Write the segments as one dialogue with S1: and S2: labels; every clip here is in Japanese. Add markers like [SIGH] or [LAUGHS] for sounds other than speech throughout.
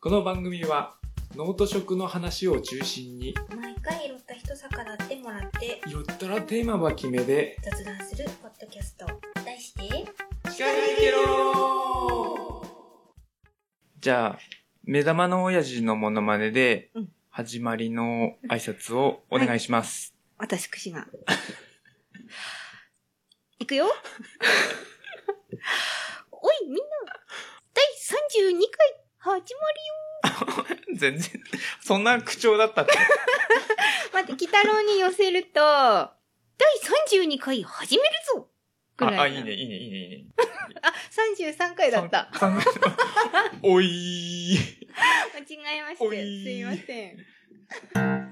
S1: この番組は脳と食の話を中心に
S2: 毎回いろった人魚ってもらって
S1: よったらテーマは決めで
S2: 雑談するポッドキャスト題して
S1: 近いけろじゃあ目玉の親父のモノマネで
S2: うん
S1: 始まりの挨拶をお願いします、
S2: 私くしが [LAUGHS] いくよ [LAUGHS] おいみんな第32回始まり
S1: 全然そんな口調だったって
S2: 待って、鬼太郎に寄せると、第32回始めるぞぐらい
S1: あ
S2: な
S1: あいいね。いいねいいねいいね
S2: あ、33回だった。
S1: さんおいー
S2: 間違えまし
S1: おい
S2: て。
S1: ー
S2: すいません。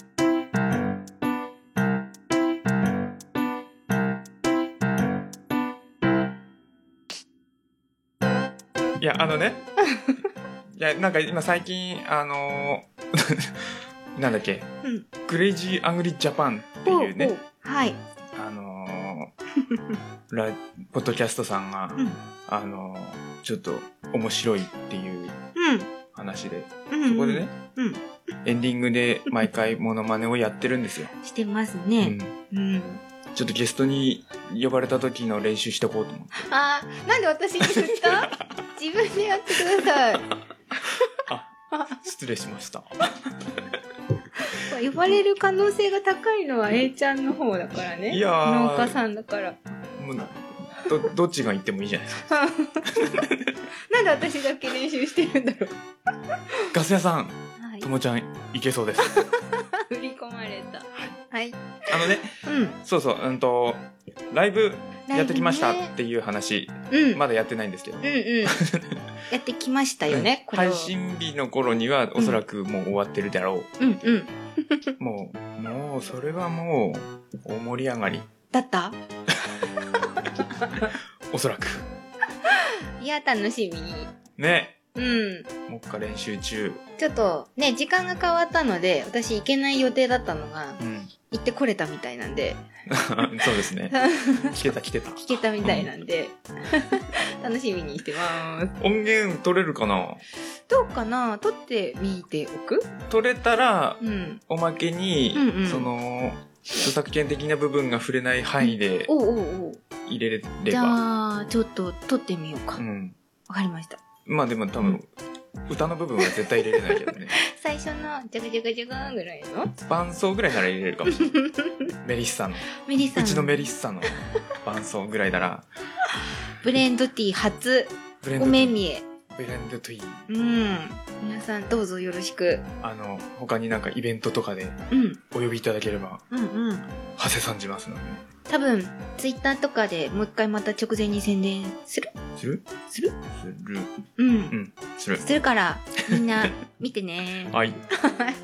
S1: いや、あのね。いや、なんか今最近、あのー [LAUGHS] なんだっけ、
S2: うん
S1: クレイジーアングリージャパンっていう
S2: お
S1: ね
S2: う、おうはい。
S1: あのー [LAUGHS] ラ、ポッドキャストさんが、
S2: うん
S1: あのーちょっと面白いっていう話で、
S2: うん。うん。
S1: そこでね、
S2: うん。
S1: エンディングで毎回モノマネをやってるんですよ。
S2: してます
S1: う
S2: ね
S1: ん。。
S2: うん。
S1: ちょっとゲストに呼ばれた時の練習してこうと思って。
S2: あー、なんで私に振った
S1: [LAUGHS]
S2: 自分でやってください。
S1: 失礼しました。
S2: 呼ばれる可能性が高いのは A ちゃんの方だからね。
S1: いやー
S2: 農家さんだから。
S1: [LAUGHS] もうなど、どっちが言ってもいいじゃないですか。
S2: なんで私だけ練習してるんだろう。
S1: ガス屋さん、
S2: はい
S1: と。もちゃん、いけそうです。
S2: 振り込まれた。はい。
S1: あのね、
S2: うん。
S1: そうそう、うんと、ライブやってきました
S2: ライ
S1: っていう話、
S2: ブねうん。
S1: まだやってないんですけど。
S2: うん
S1: [LAUGHS]
S2: うん。やってきましたよね、これを
S1: 配信日の頃にはおそらくもう終わってるだろ
S2: うんうん。
S1: う。 [LAUGHS] もう、もう、それはもう、大盛り上がり。
S2: だった
S1: おそらく。
S2: いや、楽しみ。
S1: ね。
S2: うん。
S1: もっか練習中。
S2: ちょっと、ね、時間が変わったので、私行けない予定だったのが、
S1: うん。
S2: 行ってこれたみたいなんで、
S1: [LAUGHS] そうですね。
S2: [LAUGHS]
S1: 来てた来てた。
S2: 聞けたみたいなん [LAUGHS] で、楽しみにしてます。
S1: 音源取れるかな
S2: どうかな撮ってみておく
S1: 取れたら、
S2: うん。
S1: おまけに、
S2: うんうん
S1: その、著作権的な部分が触れない範囲で
S2: おうおうおう。
S1: 入れれ
S2: じ
S1: ば。
S2: ゃあ、ちょっと撮ってみようか。
S1: う
S2: わ、
S1: ん。
S2: かりました。
S1: まあでも多分、歌の部分は絶対入れれないけどね。
S2: 最初の、じゃがじゃがじゃがぐらいの
S1: 伴奏ぐらいなら入れるかもしれ
S2: [LAUGHS]
S1: ない。メリッサの。
S2: メリさ。
S1: うんちのメリッサの伴奏ぐらいなら、
S2: ブレンドティー初、
S1: ブレン
S2: [LAUGHS]
S1: ド
S2: お
S1: テ
S2: 目
S1: ィー。
S2: 見え。
S1: ブレンドティー。
S2: うん。皆さんどうぞよろしく。
S1: あの、他になんかイベントとかで
S2: うん。
S1: お呼びいただければ、
S2: うんうん。
S1: はせさんじますので。
S2: 多分、ツイッターとかでもう一回また直前に宣伝する
S1: する
S2: する
S1: する。
S2: うん。
S1: うん。する。
S2: するから、みんな見て [LAUGHS] ね。
S1: はい。 [LAUGHS]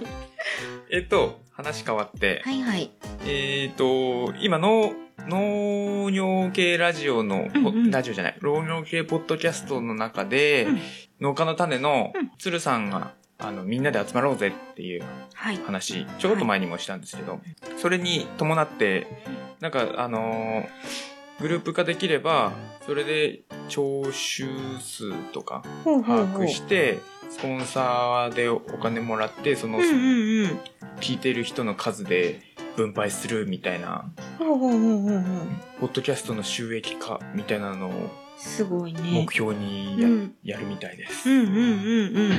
S1: えっと、話変わって、
S2: はいはい。
S1: えっと、今の、農業系ラジオの、
S2: うんうん
S1: ラジオじゃない、農業系ポッドキャストの中で、
S2: うん
S1: 農家の種の
S2: うん
S1: 鶴さんが、あの、みんなで集まろうぜっていう
S2: はい。
S1: 話、ちょっと前にもしたんですけど、それに伴って、なんか、あのーグループ化できれば、それで徴収数とか
S2: ほう
S1: 把握して、スポンサーでお金もらって、その
S2: うんうんうん。
S1: 聞いてる人の数で分配するみたいな、
S2: ほうほうほうほうほう。
S1: ポッドキャストの収益化みたいなのを
S2: すごいね
S1: 目。標に
S2: う
S1: や,、
S2: ん。
S1: やるみたいです。
S2: うんうんうんうん。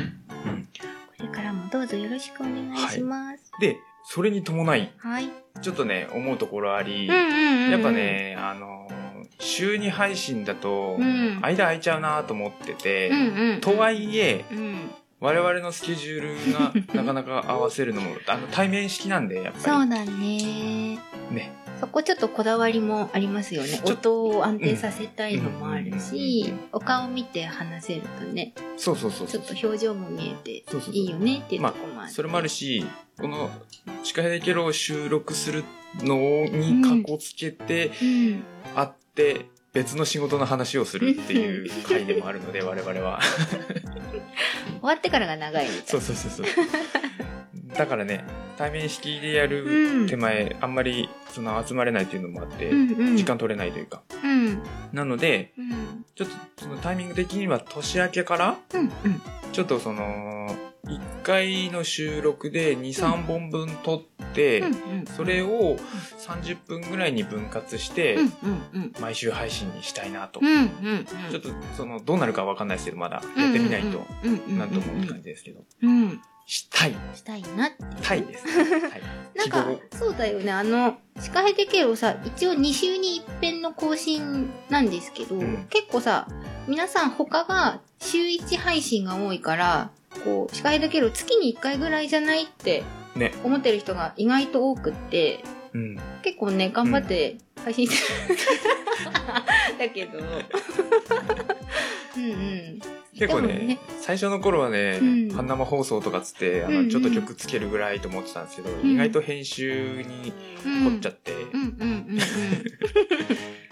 S2: これからもどうぞよろしくお願いします。
S1: で、それに伴い、
S2: はい。
S1: ちょっとね、思うところあり、
S2: うんうんうんうん。
S1: やっぱ。ね、あの、週2配信だと
S2: う、ん。
S1: 間空いちゃうなと思ってて、
S2: うんうん。
S1: とはいえ、
S2: うん。
S1: 我々のスケジュールがなかなか合わせるのも、あの、対面式なんで、やっ
S2: そ
S1: ぱ
S2: うだね。
S1: りね。
S2: そこちょっとこだわりもありますよね。
S1: ちょ
S2: 音を安定させたいのもあるし、
S1: うん
S2: お顔見て話せるとね、
S1: そうそうそう
S2: ち
S1: そ
S2: ょ
S1: う
S2: っと。表情も見えて
S1: そうそうそう
S2: いいよねっていうとこもある。
S1: それもあるし、この、近いけど収録するのにかこつけて、
S2: うん。
S1: 会って、別の仕事の話をするっていう回でもあるので、我々
S2: [LAUGHS]
S1: は。
S2: 終わってからが長いみたいな。
S1: そうそうそうそう。だからね、対面式でやる手前、あんまりその集まれないっていうのもあって、
S2: うんうん。
S1: 時間取れないというか。
S2: うん。
S1: なので、
S2: うん。
S1: ちょっとそのタイミング的には年明けから、
S2: うん。うん。
S1: ちょっとその、 1回の収録で2、3本分撮って、
S3: うんうん
S1: それを30分ぐらいに分割して、
S3: うんうんうん
S1: 毎週配信にしたいなと。
S3: うんうん
S1: ちょっと、その、どうなるかわかんないですけど、まだやってみないと、なんともって感じですけど。
S3: うんうん
S1: したい。
S2: したいなって。
S1: たいです。はい
S2: なん
S1: 希
S2: か
S1: 望、
S2: そうだよね。あの、シカヘデケロさ、一応2週に一遍の更新なんですけど、
S1: うん
S2: 結構さ、皆さん他が週1配信が多いから、こう、シカヘデケロ月に1回ぐらいじゃないって
S1: ね
S2: 思ってる人が意外と多くって、
S1: うん。
S2: 結構ね、頑張って配信してる。だ
S1: [LAUGHS]
S2: けど、うんうん。
S1: 結構
S2: でも
S1: ね、最初の頃はね
S2: うん、
S1: パン生放送とかつって、あ
S2: うんうん
S1: の、ちょっと曲つけるぐらいと思ってたんですけど、
S2: ん
S1: 意外と編集に
S2: うん
S1: 凝っちゃって、
S3: うんうんうん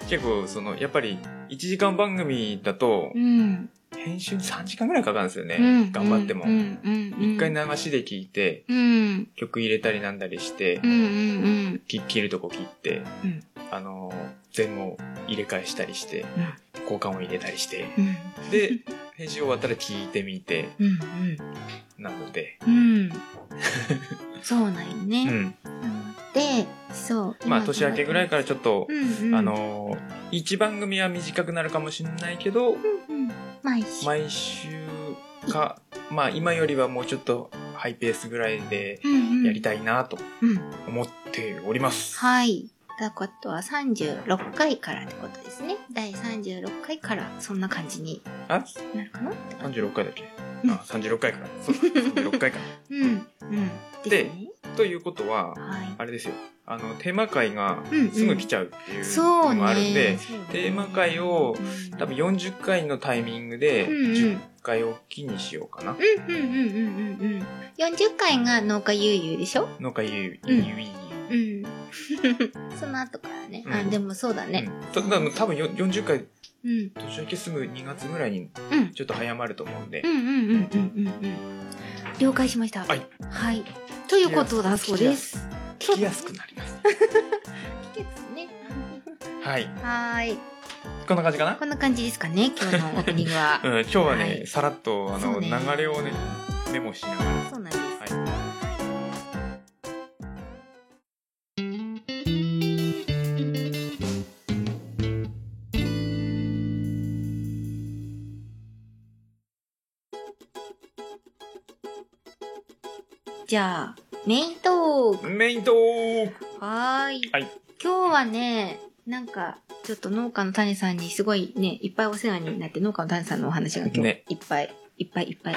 S1: 結構その、やっぱり1時間番組だと
S3: う、ん
S1: 編集に3時間ぐらいかかるんですよ
S3: う
S1: ね
S3: ん。
S1: 頑張っても
S3: う。んうんうん
S1: 一回流しで聞いて、
S3: うん
S1: 曲入れたりなんだりして
S3: うんう、ん
S1: き切るとこ切って、
S3: うん
S1: あの、全部を入れ替えしたりして、交換を入れたりして、
S3: うん
S1: で、
S3: [LAUGHS]
S1: 編集終わったら聞いてみて、
S3: うん
S1: なので、
S3: うん
S2: そうなんよ
S1: う
S2: ね。
S1: ん。
S2: なので、そう。
S1: まあ、年明けぐらいからちょっと、
S2: うんうん、
S1: あのー、1番組は短くなるかもしれないけど、
S2: うん、毎週。
S1: 毎週か、まあ今よりはもうちょっとハイペースぐらいで
S3: うん
S1: やりたいなと
S3: うん
S1: 思っております。
S2: はい。ということは36回からってことですね。第36回からそんな感じに
S1: あ
S2: なるかな
S1: ?36 回だっけ
S2: うん
S1: あ、36回から。そうだ、36回か
S2: [LAUGHS] うん。
S3: うん
S2: ですね。
S1: ら。ということは、
S2: は
S1: あれですよ。あの、テーマ会が
S3: うんうん
S1: すぐ来ちゃうってい
S2: い。
S1: う
S2: そう
S1: の
S2: ね。
S1: もあるんで、
S2: そうね
S1: テーマ会を多分40回のタイミングで
S2: うんうん
S1: 10回おっきにしようかな。
S3: うんうんうんうんうん
S2: 40回が農家悠々でしょ
S1: のかゆい、
S2: うん
S1: ゆいゆい。
S2: うん。 [LAUGHS] その後からね。あ、
S1: うん
S2: でもそうだ
S1: う
S2: ね。
S1: ん。ただ多分よ40回
S2: うん。
S1: 年明けすぐ2月ぐらいに
S3: うん
S1: ちょっと早まると思うんで
S3: う、んうんうんうんうんうん
S2: 了解しました。
S1: はい。
S2: はい。ということだそうです。
S1: 聞きやすくなります。
S2: 季節ね。
S1: はい。
S2: はーい。
S1: こんな感じか
S2: こんな感じですか
S1: [LAUGHS]
S2: ね、今日のオープニングは。
S1: なうん、今日はね、
S2: はい
S1: さらっと、あ
S2: そ
S1: の、
S2: うね
S1: 流れをね、メモしながら。
S2: そうなんです。じゃあ、メイントーク。
S1: メイントーク
S2: はーい。
S1: はい
S2: 今日はね、なんか、ちょっと農家の種さんにすごいね、いっぱいお世話になって、農家の種さんのお話が今日
S1: ね
S2: いっぱい、いっぱいいっ [LAUGHS] ぱい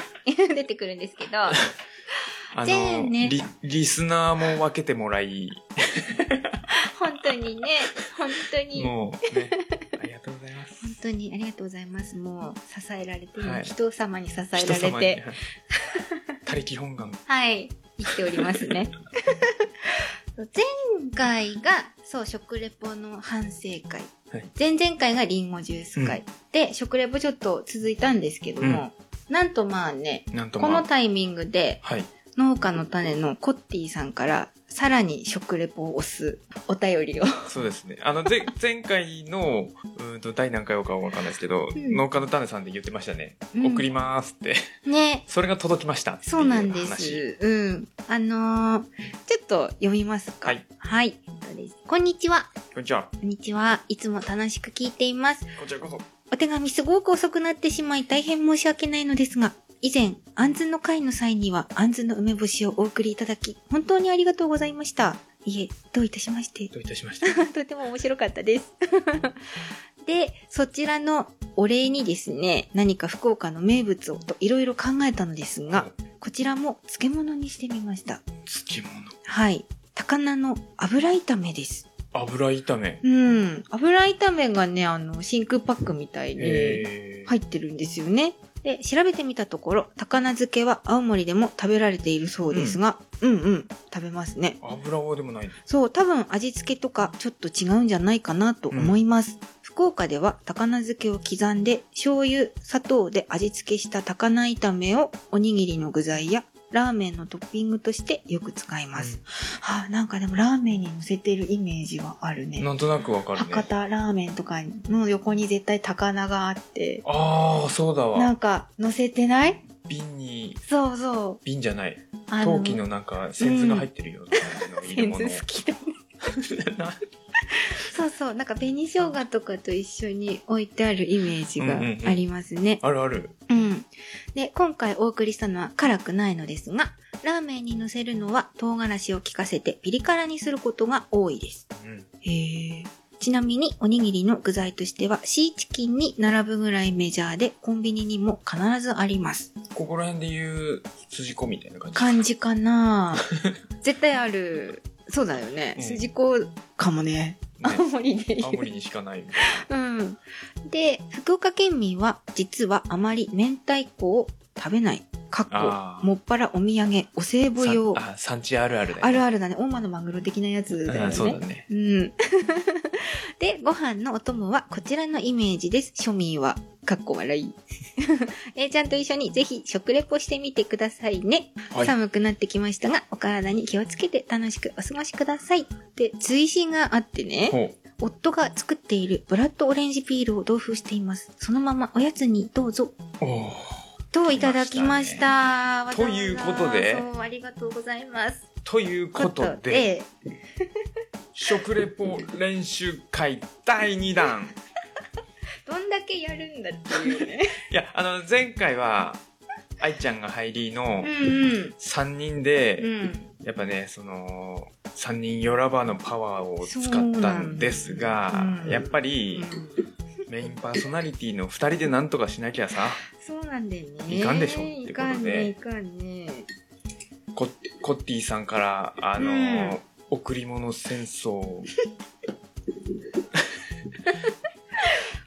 S2: 出てくるんですけ
S1: [LAUGHS]
S2: ど、
S1: あ
S2: じゃあ
S1: の、
S2: ね
S1: リ、リスナーも分けてもらい、
S2: 本当にね、本当に、本
S1: もう、
S2: [LAUGHS]
S1: ね、ありがとうございます。
S2: 当にありがとうございます。もう、支えられて、
S1: はい
S2: 人様に支え
S1: 人
S2: られ
S1: 様に
S2: て、。
S1: 他力本願。
S2: はい、生きておりますね。前回が、そう、食レポの反省会。
S1: はい
S2: 前々回がリンゴジュース会。で、食レポちょっと続いたんですけども、なんとまあね、
S1: なんと
S2: こ
S1: ま
S2: の
S1: あ、
S2: タイミングで
S1: はい。
S2: 農家の種のコッティさんからさらに食レポを押すお便りを。
S1: そうですね。あの、
S2: [LAUGHS]
S1: ぜ、前回の、うーんと、第何回かはわかんないですけど、
S2: うん
S1: 農家の種さんで言ってましたね。
S2: うん
S1: 送りまーすって。
S2: ね。
S1: それが届きましたってい
S2: [LAUGHS] そうなんで
S1: 話。
S2: す。うん。あのーちょっと読みますか。
S1: はい。
S2: はい。そうですこんにちは。
S1: こんにちは。
S2: こんにちは。いつも楽しく聞いています。
S1: こちらこそ。
S2: お手紙すごく遅くなってしまい大変申し訳ないのですが、以前、安ずの会の際には安ずの梅干しをお送りいただき、本当にありがとうございました。いえ、どういたしまして。
S1: どういたしまして。
S2: [LAUGHS] とても面白かったです。 [LAUGHS] で、そちらのお礼にですね、何か福岡の名物をといろいろ考えたのですが、こちらも漬物にしてみました。
S1: 漬物。
S2: はい。高菜の油炒めです。
S1: 油炒め。
S2: うん。油炒めがね、あの、真空パックみたいで、
S1: えー
S2: 入ってるんですよね。で、調べてみたところ、高菜漬けは青森でも食べられているそうですが、うん、うんうん食べますね。
S1: 油はでもない。
S2: そう、多分味付けとかちょっと違うんじゃないかなと思います。福岡では高菜漬けを刻んで、醤油、砂糖で味付けした高菜炒めをおにぎりの具材やラーメンのトッピングとしてよく使います。はあ、なんかでもラーメンに乗せてるイメージはあるね。
S1: なんとなくわかるね。
S2: 博多ラーメンとかの横に絶対高菜があって、
S1: ああ、そうだ
S2: な
S1: わ
S2: ん。か、乗せてない
S1: 瓶に
S2: そうそう。
S1: 瓶じゃない。
S2: あ
S1: 陶器のなんか、扇子が入ってるような感じの入れ物
S2: 全然
S1: を。
S2: 好きだね。
S1: な
S2: [LAUGHS] そうそう。なんか紅生姜とかと一緒に置いてあるイメージがありますね。
S1: あるある。
S2: うん。で、今回お送りしたのは辛くないのですが、ラーメンに乗せるのは唐辛子を効かせてピリ辛にすることが多いです。
S1: うん。
S2: へえ。ちなみにおにぎりの具材としてはシーチキンに並ぶぐらいメジャーでコンビニにも必ずあります。
S1: ここら辺で言う、筋子みたいな感じ。
S2: 感じか
S1: [LAUGHS]
S2: な絶対ある。そうだよね。
S1: うん
S2: 筋子かもね。
S1: ね
S2: 青森で言
S1: 青
S2: う。
S1: 森にしかない。
S2: うん。で、福岡県民は実はあまり明太子を食べない。か
S1: あ
S2: っこ、
S1: ー
S2: もっぱらお土産、お歳暮用。
S1: さんあ、産地あるあるだよ
S2: あ
S1: ね。
S2: るあるだね。大間のマグロ的なやつだよ
S1: うん
S2: ね。
S1: そうだね。
S2: うん。 [LAUGHS] で、ご飯のお供はこちらのイメージです。庶民は。かっこ笑い。 [LAUGHS] えいちゃんと一緒にぜひ食レポしてみてくださいね。
S1: はい。
S2: 寒くなってきましたが、お体に気をつけて楽しくお過ごしください。で、追伸があってね。
S1: ほう。
S2: 夫が作っているブラッドオレンジピールを同封しています。そのままおやつにどうぞ。
S1: おー
S2: といただきま
S1: 来まし
S2: した。
S1: たね
S2: わざわざ
S1: ということで
S2: そう、ありがとうございます。
S1: ということで、、食レポ練習会第2弾。
S2: どんだけやるんだっていうね。
S1: [LAUGHS] いや、あの、前回は、愛ちゃんが入りの
S2: うんうん。
S1: 3人
S2: う
S1: で、
S2: ん。
S1: やっぱね、その、3人ヨラバのパワーを使ったんです
S2: そうなん
S1: が
S2: だ、うん
S1: やっぱり、メインパーソナリティの2人でなんとかしなきゃさ、
S2: そうなんだよね。
S1: いかんでしょってことで
S2: いかんね、いかんね。
S1: コッコッティさんから、あの、
S2: うん
S1: 贈り物戦争、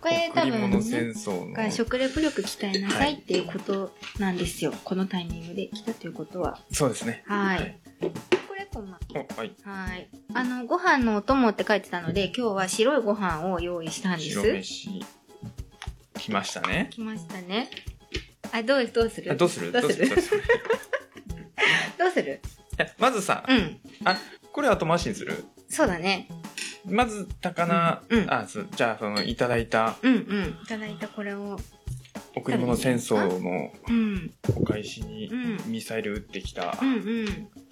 S2: これ多
S1: 贈り
S2: 分、
S1: 物
S2: ね
S1: 戦、争の、
S2: 食レポ力鍛えなさいっていうことなんですよ。このタイミングで来たということは。
S1: そうですね。
S2: はい。これこんま。
S1: おはい。
S2: はい。あの、ご飯のお供って書いてたので、今日は白いご飯を用意したんで
S1: 白
S2: す。
S1: 飯、来ましたね。
S2: 来ましたね。あ、どう、どうす
S1: あ
S2: る
S1: どうする
S2: どうする
S1: どうする
S2: どうする
S1: いやまずさ、
S2: うん。
S1: これ後回しにする
S2: そうだね。
S1: まず、高菜、
S2: うんうん
S1: あ、そうじゃあ、その、いただいた、
S2: うんうん。いただいたこれを。
S1: 贈り物戦争の
S2: うん。
S1: お返しに
S2: う、ん。
S1: ミサイル撃ってきた、
S2: うんうん。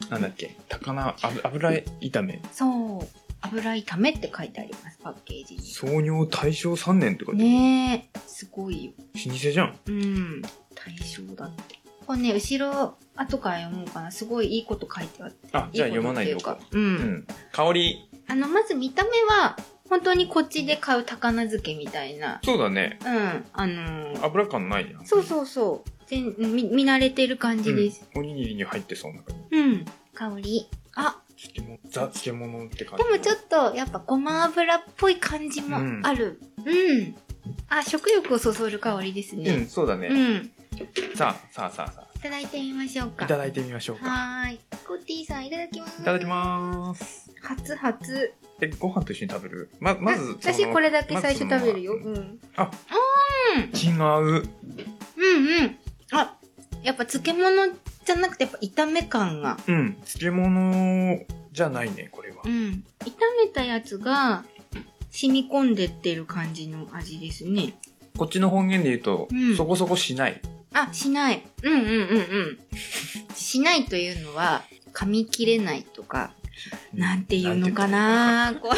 S1: なんだっけ、高菜、あぶ油炒め、
S2: そう。油炒めって書いてあります、パッケージ
S1: 創業大正3年って書いてある
S2: に。ねえ。すごいよ。
S1: 老舗じゃん。
S2: うん。対象だって。これね、後ろ、後から読もうかな。すごいいいこと書いてあって。
S1: あ、じゃあ読まないでお
S2: こと
S1: こ
S2: っていう
S1: う。
S2: か。
S1: う
S2: うん。
S1: ん。香り、
S2: あの、まず見た目は、本当にこっちで買う高菜漬けみたいな。
S1: そうだね。
S2: うん。あのー、
S1: 油感ないじゃん。
S2: そうそうそう。全見見慣れてる感じです。
S1: うんおにぎりに入ってそうな感
S2: うん。香り。あ、
S1: じ。漬物、ザ漬物って感
S2: で
S1: じ。
S2: もちょっと、やっぱごま油っぽい感じもある。うん。あ、食欲をそそる香りです
S1: う
S2: ね。
S1: ん、そうだ
S2: う
S1: ね。
S2: ん。
S1: さあ、さあさあさ
S2: いただいてみましょう
S1: あ、
S2: か。
S1: いただいてみましょうか。
S2: はーい。コッティさん、いただきます。
S1: いただきまーす。
S2: 初初。
S1: え、ご飯と一緒に食べるま、まず、
S2: あ私これだけ最初
S1: まずその
S2: 食べるよ。うん。
S1: あ、
S2: うん
S1: 違う。
S2: うんうん。あ、やっぱ漬物じゃなくて、やっぱ炒め感が。
S1: うん。漬物じゃないね、これは
S2: う。ん。炒めたやつが、染み込んでってる感じの味ですね。
S1: こっちの方言で言うと、
S2: うん
S1: そこそこしない。
S2: あ、しない。うんうんうんうん。しないというのは、噛み切れないとか、なんていうのかなこ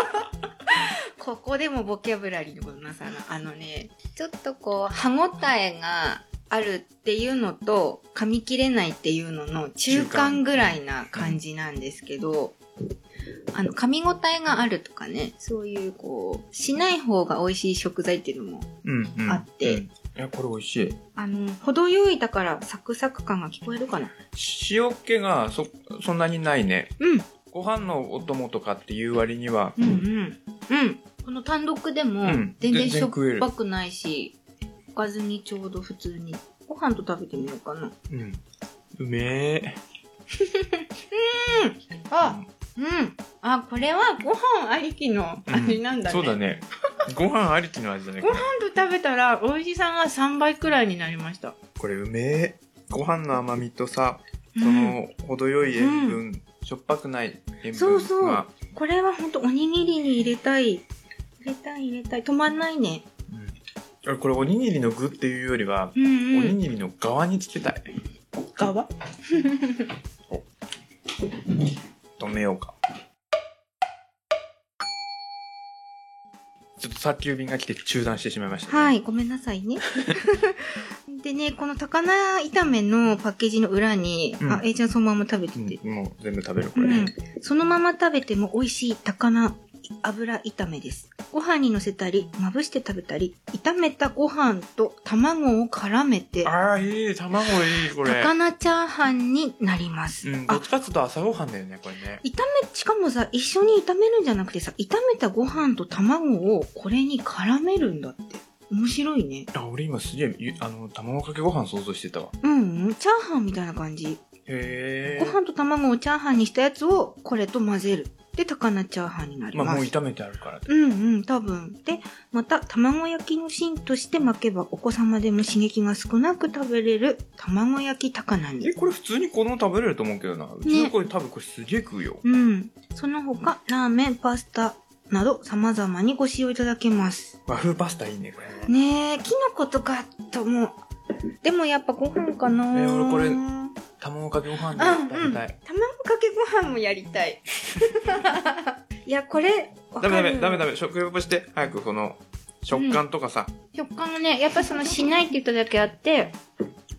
S2: う [LAUGHS] ここでもボキャブラリーのことなさな。あのね、ちょっとこう、歯ごたえがあるっていうのと、噛み切れないっていうのの中間ぐらいな感じなんですけど、あの、噛み応えがあるとかね、そういうこう、しない方が美味しい食材っていうのも、
S1: うんうん、うん。
S2: あって
S1: うん。いや、これ美味しい。
S2: あの、程よいだからサクサク感が聞こえるかな。
S1: 塩気がそ、そんなにないね。
S2: うん。
S1: ご飯のお供とかっていう割には、
S2: うんうん。うん。この単独でも
S1: うん全
S2: 全然
S1: 然
S2: しょ
S1: 食え
S2: っ
S1: る
S2: ぱくないし、おかずにちょうど普通に。ご飯と食べてみようかな。
S1: うん。うめえ。
S2: あ、うん。あ、これはご飯ありきの
S1: うん
S2: 味なんだね。
S1: そうだ。ね。ご飯ありきの味だね。こ
S2: ご
S1: れ
S2: 飯と食べたら美味しさが3倍くらいになりました。
S1: これうめえ。ご飯の甘みとさ、
S2: う
S1: そ
S2: ん、
S1: の、程よい塩分、しょっぱくない塩分が。
S2: そうそうこれは本当おにぎりに入れたい。入れたい入れたい。止まんないね。
S1: うん俺これおにぎりの具っていうよりは、
S2: うん
S1: お
S2: う
S1: に
S2: ん。
S1: ぎりの側につけたい。
S2: 側
S1: 止めようか。ちょっと宅急便が来て中断してしまいました、
S2: はい、ごめんなさい
S1: [LAUGHS]
S2: ね。でね、この高菜炒めのパッケージの裏に、
S1: うん
S2: あ、えいちゃんそのまま食べてて、
S1: うんもう全部食べる、これ。
S2: うんそのまま食べても美味しい高菜油炒めです。ご飯に乗せたり、まぶして食べたり、炒めたご飯と卵を絡めて、
S1: ああ、いい、卵いい、これ。
S2: 高菜チャーハンになります。
S1: うん、ど
S2: あ
S1: っ、ちかっていうと朝ごはんだよね、これね。
S2: 炒め、しかもさ、一緒に炒めるんじゃなくてさ、炒めたご飯と卵をこれに絡めるんだって。面白いね。
S1: あ、俺今すげえ、ゆあの、卵かけご飯想像してたわ。
S2: うん、うん、チャーハンみたいな感じ。
S1: へ
S2: ご
S1: え。
S2: 飯と卵をチャーハンにしたやつをこれと混ぜる。で、高菜チャーハンになり
S1: ま
S2: ます。
S1: あ、もう炒めてあるからって。
S2: うんうん、多分。で、また、卵焼きの芯として巻けばお子様でも刺激が少なく食べれる卵焼き高菜に
S1: え、。これ普通に子供食べれると思うけどな。うちの子多分これすげえ食うよ。
S2: うん。その他、ラーメン、パスタなど様々にご使用いただけます。
S1: 和風パスタいいね、これ。
S2: ねえ、キノコとかとも。でもやっぱご飯かな
S1: え俺これ
S2: うん
S1: 卵かけご飯で
S2: う
S1: 食
S2: ん。卵
S1: べた
S2: か
S1: い。
S2: けご飯もやりたい。 [LAUGHS] いや、これ、わか
S1: ダ
S2: る
S1: メダメ、ダメダメ、食欲して、早くこの、食感とかさ、
S2: 食感がね、やっぱそのしないって言っただけあって、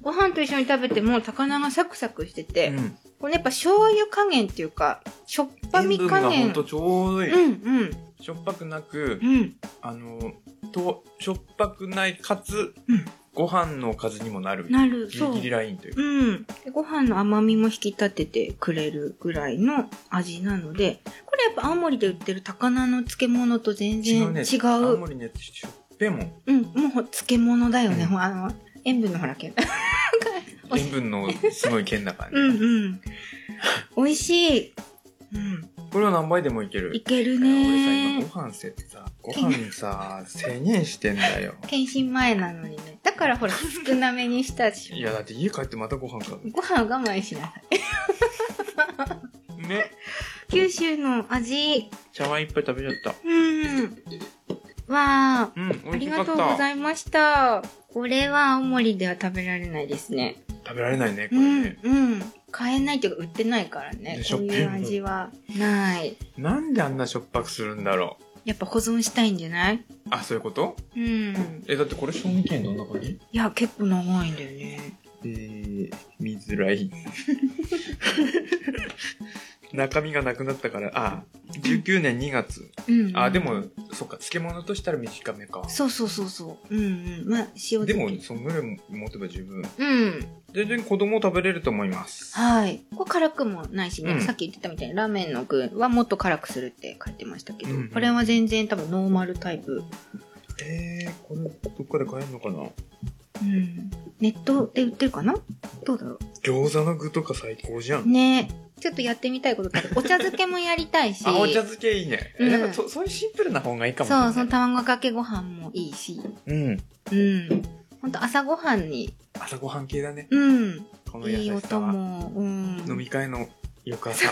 S2: ご飯と一緒に食べても高菜がサクサクしてて、
S1: うん
S2: これやっぱ醤油加減っていうか、しょっぱみ
S1: 塩分
S2: 加
S1: がほ
S2: 減
S1: ん。とちょうどいい。
S2: うんうん
S1: しょっぱくなく、
S2: うん。
S1: あの、と、しょっぱくないかつ、
S2: うん
S1: ご飯のおかずにもなる。
S2: なる、
S1: ギ
S2: そ
S1: リ
S2: う
S1: ギ。リラインというか。
S2: うん。でご飯の甘みも引き立ててくれるぐらいの味なので、これやっぱ青森で売ってる高菜の漬物と全
S1: 違
S2: 然違
S1: う
S2: う。
S1: ね。青森ね、しょっぺもん。
S2: うん、もう漬物だよね。
S1: うん
S2: ほあの、塩分のほらけ。おし
S1: 塩分
S2: [LAUGHS]
S1: のすごい剣だからね。
S2: う
S1: [LAUGHS]
S2: んうん。美味しい。うん。
S1: これは何杯でもいける。
S2: いける
S1: 俺さ、
S2: ね
S1: 今ご飯せってさ、ご飯
S2: [LAUGHS]
S1: さ、1000円してんだよ。
S2: 検診前なのにね。だからほら、少なめにした
S1: い
S2: し。
S1: や、だって家帰ってまたご飯か。
S2: ご飯を我慢しなさい。
S1: ね。
S2: 九州の味。
S1: 茶碗いっぱい食べちゃっ
S2: うん。わあ。
S1: た。うん、美
S2: あ
S1: 味
S2: り
S1: しか
S2: が
S1: っ
S2: とうご
S1: た。
S2: ざいました。これは青森では食べられないですね。
S1: 食べられないね、これ
S2: うん
S1: ね。、
S2: うん。買えないというか売ってないからね
S1: で。しょ
S2: こういう味はない。
S1: なんであんなしょっぱくするんだろ。
S2: やっぱ保存したいんじゃないう
S1: あ、そういうこと
S2: うん。
S1: え、だってこれ賞味期限どんな感じ
S2: いや、結構長いんだよね。
S1: えー、見づらい。 [LAUGHS] 中身がなくなったから、あ、19年2月。
S2: うん。
S1: あ、で。も、そっか、漬物としたら短めか。
S2: そうそうそうそう。うんうん。まあ、塩
S1: で
S2: 漬け
S1: も、そんぐらい持てば十分。
S2: うん。
S1: 全然子供食べれると思います。
S2: はい。これ辛くもないしね、
S1: うん
S2: さっき言ってたみたいにラーメンの具はもっと辛くするって書いてましたけど、
S1: うんうん
S2: これは全然多分ノーマルタイプ。
S1: えー、これ、どっかで買えるのかな
S2: うん。ネットで売ってるかなどうだろ
S1: 餃子の具とか最高じゃ。
S2: うんねちょっとやってみたいこととか、お茶漬けもやりたいし、
S1: [LAUGHS] あ、お茶漬けいいね。え
S2: うん
S1: なんかそ、そういうシンプルな方がいいかもしれ
S2: そ
S1: な
S2: う、
S1: い。
S2: その卵かけご飯もいいし、
S1: うん。
S2: うん。ほんと朝ごはんに、
S1: 朝ごはん系だね。
S2: うん。
S1: この優
S2: いい
S1: しさ
S2: 音
S1: は。
S2: も、うん。
S1: 飲み会の翌朝。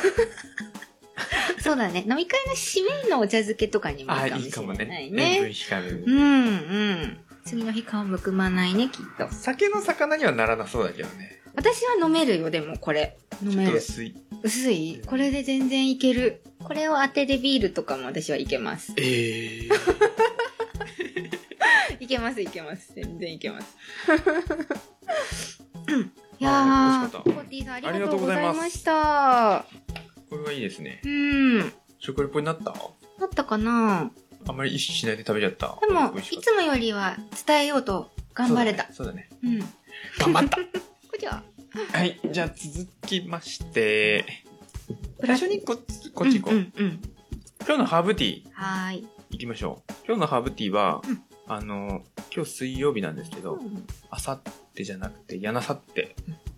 S2: そうだね。飲み会の締めのお茶漬けとかにも
S1: あ、
S2: いいかも
S1: いい
S2: し
S1: か
S2: れ
S1: も
S2: な
S1: ね
S2: い。
S1: 塩分
S2: ね。
S1: 控えめ
S2: う
S1: で。
S2: んうん。次の日顔むくまないね、きっと。
S1: 酒の魚にはならなそうだけどね。
S2: 私は飲めるよ、でもこれ。飲
S1: ちょ
S2: め
S1: っと
S2: る。
S1: 薄い。
S2: 薄い
S1: うん
S2: これで全然いける。これを当てでビールとかも私はいけます。 [LAUGHS]
S1: えー。
S2: いけます、いけます。全然いけます。 [LAUGHS]
S1: あー美味しか
S2: いやー、
S1: っ
S2: コ
S1: た
S2: ッティさんあ
S1: あ
S2: り
S1: り
S2: が
S1: が
S2: と
S1: と
S2: う
S1: う
S2: ご
S1: ご
S2: ざ
S1: ざい
S2: い
S1: ます
S2: ました。
S1: これはいいですね。
S2: うん。だ
S1: 食レポになった
S2: ったかな
S1: あんまり意識しないで食べちゃった。
S2: でも、
S1: 美
S2: い
S1: 味しかっ
S2: つもよりは伝えようと
S1: た
S2: 頑張れた。
S1: そうだね。
S2: うん。
S1: そうだね頑張った。
S2: [LAUGHS] こちら。
S1: はい、じゃあ続きまして、
S2: ブ
S1: 最初にこっちこっち行こう、
S2: うんうんうん。
S1: 今日のハーブティー
S2: はーい。
S1: 行きましょう。今日のハーブティーは、
S2: うん
S1: あの、今日水曜日なんですけど、
S2: うん
S1: あさってじゃなくて、やなさって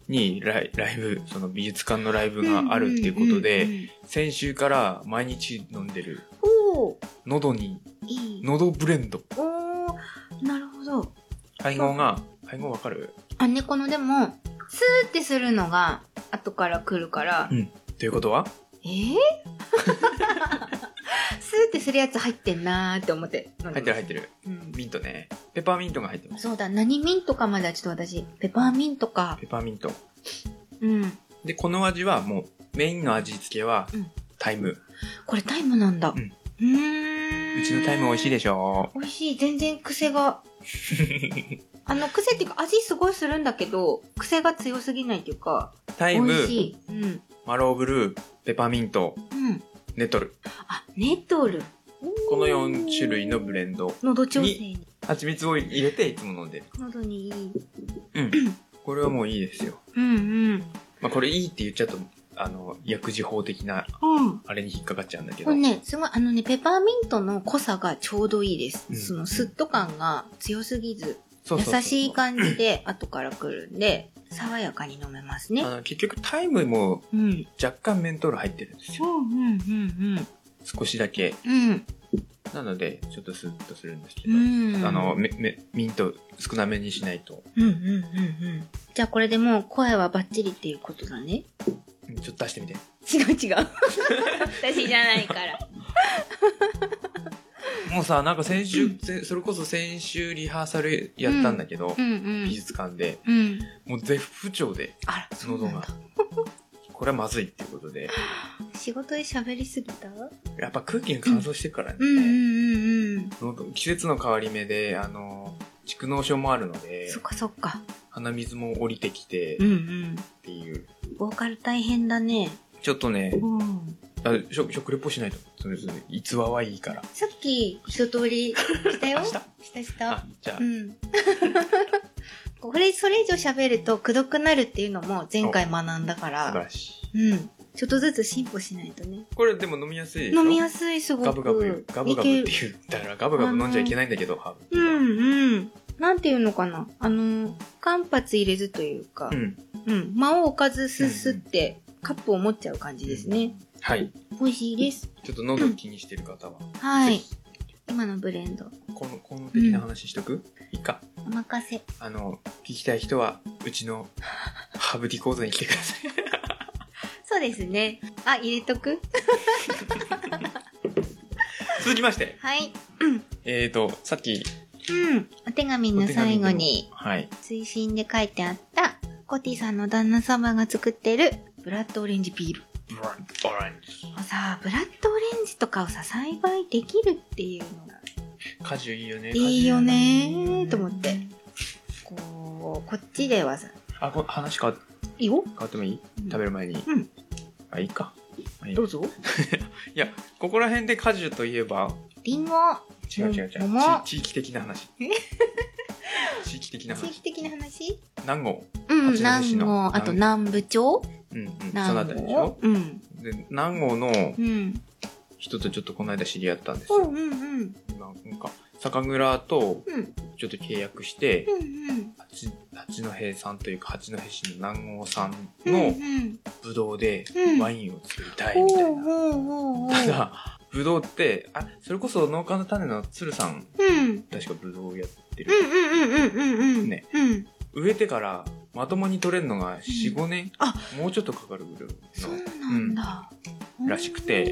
S1: にライライブ、その美術館のライブがあるっていうことで、
S2: うんうんうんうん。
S1: 先週から毎日飲んでる、
S2: おー、
S1: 喉に、
S2: いい。
S1: 喉ブレンド。
S2: おー、なるほど。
S1: 配合が、配合わかる
S2: あ、猫のでも、スーってするのが後から来るから、
S1: うんということは
S2: えー、 [LAUGHS] スーってするやつ入ってんなーって思って飲ん
S1: 入っ
S2: で
S1: て
S2: ま
S1: る
S2: す
S1: 入ってる。
S2: うん
S1: ミントね。ペパーミントが入ってます。
S2: そうだ、何ミントかまではちょっと私、ペパーミントか、
S1: ペパーミント。
S3: うん。
S1: で、この味はもうメインの味付けは
S2: うん
S1: タイム。
S2: これタイムなんだ。
S1: う
S2: うんーん。
S1: うちのタイム美味しいでしょ
S2: 美味しい。全然
S1: [LAUGHS]
S2: 癖が。あの、癖っていうか、味すごいするんだけど、癖が強すぎないっていうか、
S1: タ
S2: 美
S1: イム
S2: 味、しい。うん。
S1: マローブルー、ペパーミント、
S2: うん。
S1: ネトル。
S2: あ、ネトル。
S1: この4種類のブレンド。
S2: 喉調整に。
S1: 蜂蜜を入れていつも飲んでる。
S2: 喉にいい。
S1: うん。これはもういいですよ。
S3: うんうん。
S1: まあこれいいって言っちゃうと、あの、薬事法的な
S3: うん。
S1: あれに引っかかっちゃうんだけ
S2: こ
S1: ど。
S2: れね、すごい、あのね、ペパーミントの濃さがちょうどいいです。
S1: うん
S2: その、スッと感が強すぎず、
S1: そうそうそう
S2: 優しい感じで後から来るんで、爽やかに飲めますね。
S1: あの結局タイムも
S2: うん。
S1: 若干メントール入ってるんです
S3: う
S1: よ。
S3: んうん
S1: 少しだけ。
S3: うん。
S1: なので、ちょっとスッとするんですけ
S3: う
S1: ど。
S3: ん。うん。
S1: あの、、め、め、ミント少なめにしないと。
S2: うんうんうんうん。じゃあこれでもう声はバッチリっていうことだね。
S1: うんちょっと出してみて。
S2: 違う違う。 [LAUGHS] 私じゃないから。
S1: もうさ、なんか先週、せそれこそ先週リハーサルやったんだけど、
S3: うんう
S1: 美
S3: ん。
S1: 術館で、
S3: うん。
S1: もう絶不調で、
S2: あら、そうなんだ。
S1: これはまずいっていうことで、
S2: 仕事で喋りすぎた
S1: やっぱ空気が乾燥してるからね、
S3: うんうんうん
S1: 喉季節の変わり目で、あの、蓄膿症もあるので
S2: そっ、かそっか。
S1: 鼻水も降りてきて
S2: うんうん。
S1: っていう、
S2: ボーカル大変だね。
S1: ちょっとね、
S2: うん。
S1: あ食食レポしないと、それぞれ逸話はいいから。
S2: さっき一通りしたよ。
S1: した
S2: したした。
S1: あ、じゃあ
S2: う、ん。 [LAUGHS] これ、それ以上喋ると、くどくなるっていうのも前回学んだか
S1: 素晴
S2: ら、
S1: らしい。
S2: うん。ちょっとずつ進歩しないとね。
S1: これでも飲みやすいでしょ
S2: 飲みやすい、すごく。
S1: ガブガブ、ガブガブ
S2: い
S1: って
S2: ける
S1: 言ったらガブガブ飲んじゃいけないんだけど、ハーブ。
S2: うん、うん。なんていうのかな。あの、間髪入れずというか、
S1: う
S2: うん。
S1: ん。
S2: 間を置かずすすって、カップを持っちゃう感じですね。
S1: はい。
S2: 美味しいです。
S1: ちょっと喉気にしてる方は、
S2: はい。今のブレンド、
S1: この、この的な話しとく、いいか。
S2: お任せ。
S1: あの、聞きたい人は、うちのハーブディコードに来てください。 [LAUGHS]
S2: そうですね。あ、入れとく
S1: 続きまして、
S2: はい。
S1: えーと、さっき、
S2: うん。お手紙の最後に、
S1: はい。
S2: 推進で書いてあった、コティさんの旦那様が作ってる、ブラッドオレンジビール。
S1: ブラン、オレンジ。
S2: もうさ、ブラッドオレンジとかをさ、栽培できるっていうのが、
S1: 果樹いいよね。
S2: いいよねーと思
S1: て。
S2: って。こう、こっちではさ、
S1: あ、こ話変わ
S2: いいよ
S1: 変わってもいい食べる前に。
S2: うん。
S1: あ、いいか。まあいい
S2: どうぞ。
S1: ここら辺で果樹といえば、
S2: リンゴ
S1: 違う違う違う。ち
S2: 桃
S1: 地域的な話。 [LAUGHS] 地域的な
S2: 地
S1: 話
S2: 域。的な話
S1: 南郷。
S2: うん、
S1: 八戸市
S2: 南
S1: の
S2: 郷、あと南部町
S1: うんうん。そのあ
S2: 南
S1: た
S2: 部
S1: りでしょ
S2: うん。
S1: で、南郷の
S2: うん。
S1: 人とちょっとこの間知り合ったんです
S2: うん
S1: よ。
S2: うんうん。
S1: 今、なんか、酒蔵と
S2: うん
S1: ちょっと契約して、
S2: うんうん。
S1: 八八戸さんというか八戸市の南郷さん
S2: うんう
S1: の
S2: ん。
S1: ブドウで
S2: うん
S1: ワインを作りたい
S2: ほ
S1: みた
S2: う
S1: いな。
S2: ほうほうほう。
S1: ただ、ブドウって、あ、それこそ農家の種の鶴さん、
S2: うん。
S1: 確かブドウをやってる。
S2: うんうんうんうんうん。
S1: ね。
S2: うん。
S1: 植えてからまともに取れるのが4、5年、
S2: あ
S1: もうちょっとかかるぐらい
S2: そ
S1: の
S2: うなんだ。
S1: うんらしくて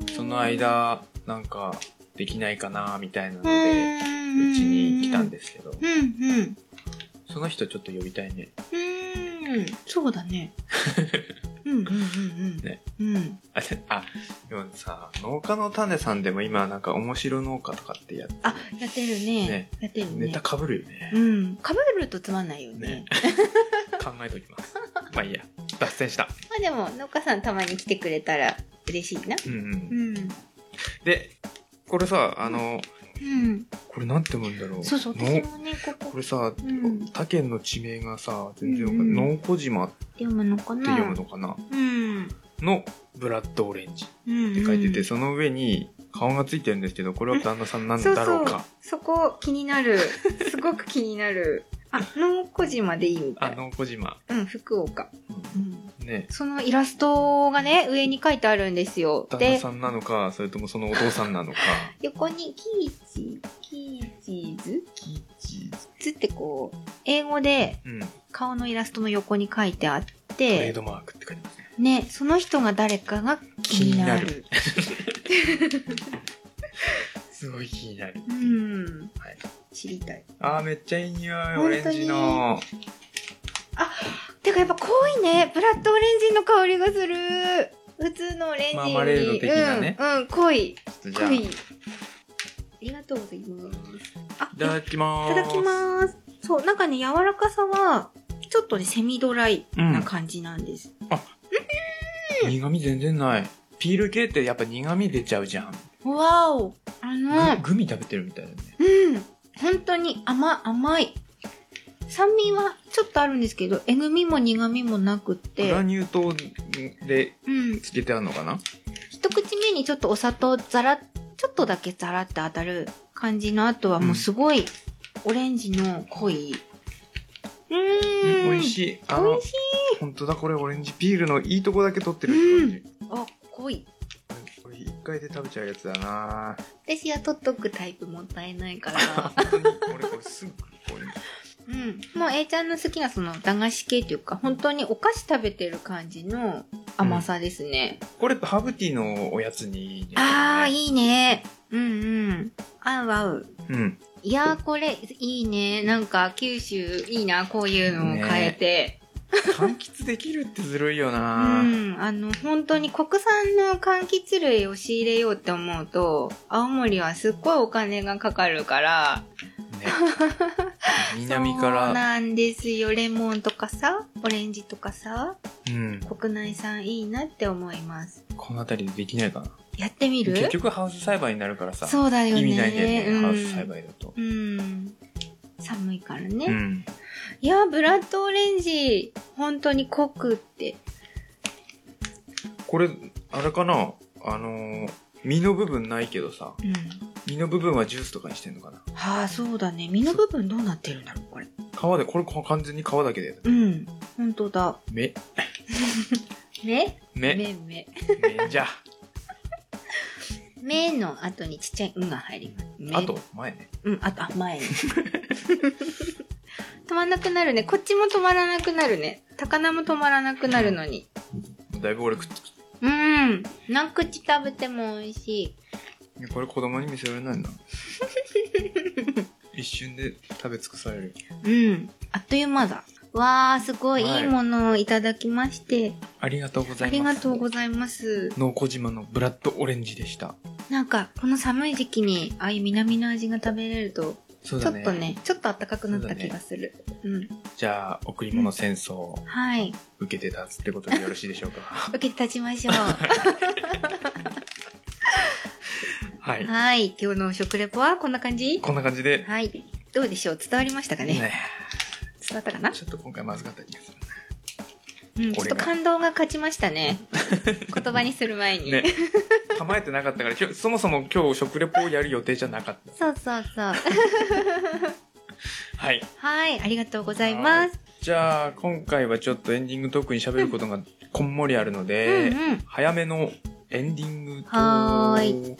S2: うーん、
S1: その間、なんか、できないかな、みたいなの
S2: う
S1: で、
S2: ーん、
S1: うちに来たん
S2: で。
S1: ですけど、
S2: うんうん。
S1: その人ちょっと呼びたいね。
S2: うーん、そう
S1: [LAUGHS]
S2: だね。うんうんうんうん。
S1: ね
S2: うん。
S1: あ、であでもさ、農家の種さんでも今なんか面白農家とかってやって、
S2: あ、やってるね。
S1: ね
S2: やってるね。
S1: ネタ被るよね。
S2: うん。かぶるとつまんないよね。
S1: ね考えとき
S2: [LAUGHS]
S1: ます。まあいいや、脱線した。
S2: まあでも、農家さんたまに来てくれたら嬉しいな。
S1: うんうん。
S2: うん。
S1: で、これさ、あの、
S2: うん。
S1: これなんて読むんだろう。
S2: そうそう、私
S1: の
S2: もね、ここ
S1: これさ、
S2: うん
S1: 他県の地名がさ、全然わかん
S2: うん
S1: な
S2: う
S1: い。農小島って
S2: 読むのかな
S1: 読むのかな、
S2: うん。
S1: の、ブラッドオレンジ。
S2: うん。
S1: って書いてて、その上に顔がついてるんですけど、これは旦那さんなんだろうか。
S2: そこ気になる。すごく気になる。あ、能古島でいいみた
S1: あ
S2: い。
S1: の、小島。
S2: うん、福岡。
S1: ね。
S2: そのイラストがね、上に書いてあるんですよ。
S1: 旦那
S2: で、
S1: さんなのか、それともそのお父さんなのか。
S2: 横にキーチ、キーチーズ
S1: キッチ
S2: つってこう、英語で
S1: うん。ト
S2: 顔のイラストの横に書いてあっ
S1: レー
S2: て、
S1: ドマークって書いてますね。
S2: ね、その人が誰かが気になる。
S1: すごい気になる。
S2: うん。
S1: はい
S2: 知りたい。
S1: あー、めっちゃいい匂い、
S2: 本当
S1: オ
S2: に
S1: レンジの。
S2: でてかやっぱ濃いね。ブラッドオレンジの香りがする。普通のオレンジより。
S1: マーマレード的なね
S2: うん、うん、濃い。
S1: とじゃ
S2: 濃
S1: あ、
S2: い。
S1: い
S2: ありがとうございます。あ、
S1: ただきま
S2: い
S1: す。
S2: ただきます。そう、なんかね、柔らかさは、ちょっとね、セミドライ
S1: うん
S2: な感じなんです。
S1: 苦味全然ない。ピール系ってやっぱ苦味出ちゃうじゃん。
S2: わおあの、
S1: ググミ食べてるみたいだね。
S2: うん。本当に甘、甘い。酸味はちょっとあるんですけど、えぐみも苦みもなくっ
S1: グ
S2: て、
S1: ラニュー糖で
S2: うん。
S1: 漬けてあるのかな
S2: 一口目にちょっとお砂糖ザラッ、ちょっとだけザラって当たる感じの後はもうすごい、オレンジの濃い。うーん。
S1: 美味
S2: い。
S1: しい。あ
S2: 美
S1: の
S2: 味、しい。
S1: 本当だ、これオレンジピールのいいとこだけ取ってるって感
S2: あ、濃い。
S1: じ。これ一回で食べちゃうやつだな
S2: 私は取っとくタイプもったいない
S1: [LAUGHS]
S2: から。
S1: 本当に俺これすぐこう
S2: うん。もう A ちゃんの好きなその駄菓子系というか、本当にお菓子食べてる感じの甘さですね。
S1: これとハーブティーのおやつにいいね。
S2: ああ、
S1: い。
S2: いいね。うんうん。合う合う。
S1: うん。
S2: いやーこれいいね。なんか九州いいな、こういうのを変えて。
S1: 柑橘できるってずるいよ
S2: う
S1: な、
S2: [LAUGHS] ん、あの、本当に国産の柑橘類を仕入れようって思うと、青森はすっごいお金がかかるから、
S1: ね。南か
S2: そう
S1: ら、
S2: なんですよ。レモンとかさ、オレンジとかさ、
S1: うん。
S2: 国内産いいなって思います。
S1: この辺りでできないかな。
S2: やってみる
S1: 結局ハウス栽培になるからさ。
S2: そうだよね。
S1: 意味ないんだよね、
S2: うん、
S1: ハウス栽培だと。
S2: うん。寒いからね。
S1: うん。
S2: いや、ブラッドオレンジ、本当に濃くって。
S1: これ、あれかなあのー、実の部分ないけどさ、
S2: うん。
S1: 実の部分はジュースとかにしてんのかな
S2: はあ、そうだね。身の部分どうなってるんだろう、これ。
S1: 皮で、これこ完全に皮だけで。
S2: うん。本当だ。
S1: め、
S2: ね
S1: め、
S2: めめ
S1: めじゃ。
S2: めの後にちっちゃい「ん」が入りますめ
S1: あと、前ね。
S2: うんあとあ前に [LAUGHS] 止まんなくなるねこっちも止まらなくなるね高菜も止まらなくなるのに
S1: だいぶ俺食ってき
S2: うん何口食べても美味しい
S1: たこれ子供に見せられ
S2: [LAUGHS]
S1: ないな。一瞬で食べ尽くされる。
S2: うんあっという間だわあすごい、、
S1: はいい
S2: いものをいただきまして
S1: ありがとうござ
S2: あ
S1: い
S2: り
S1: ます。
S2: がとうございます
S1: 濃厚島のブラッドオレンジでした。
S2: なんかこの寒い時期にああいう南の味が食べれると
S1: そう
S2: ちょ
S1: だ
S2: っ
S1: ね。
S2: とねちょっと暖かくなった気がするうん
S1: じゃあ、贈り物戦争を
S2: はい
S1: 受けてたってことでよろしいでしょうか。
S2: 受けて立ちましょう
S1: はい。
S2: [LAUGHS] はい。今日の食レポはこんな感じ
S1: こんな感じで。
S2: はい。どうでしょう伝わりましたかね
S1: ね
S2: 伝わったかな
S1: ちょっと今回まずかった気がす
S2: うん。ちょっ
S1: 俺
S2: と
S1: が
S2: 感動が勝ちまし
S1: [LAUGHS]
S2: たね。言葉にする前 [LAUGHS] に。
S1: る。ね。構えてなかったから、今日そもそも今日食レポをやる予定じゃなかっ
S2: そうそうそう。
S1: た。はい。
S2: はい。ありがとうございます。
S1: じゃあ、今回はちょっとエンディングトークに喋ることが [LAUGHS] こんもりあるの
S2: う
S1: で、
S2: んうん。
S1: 早めのエンディングトーク。
S2: はー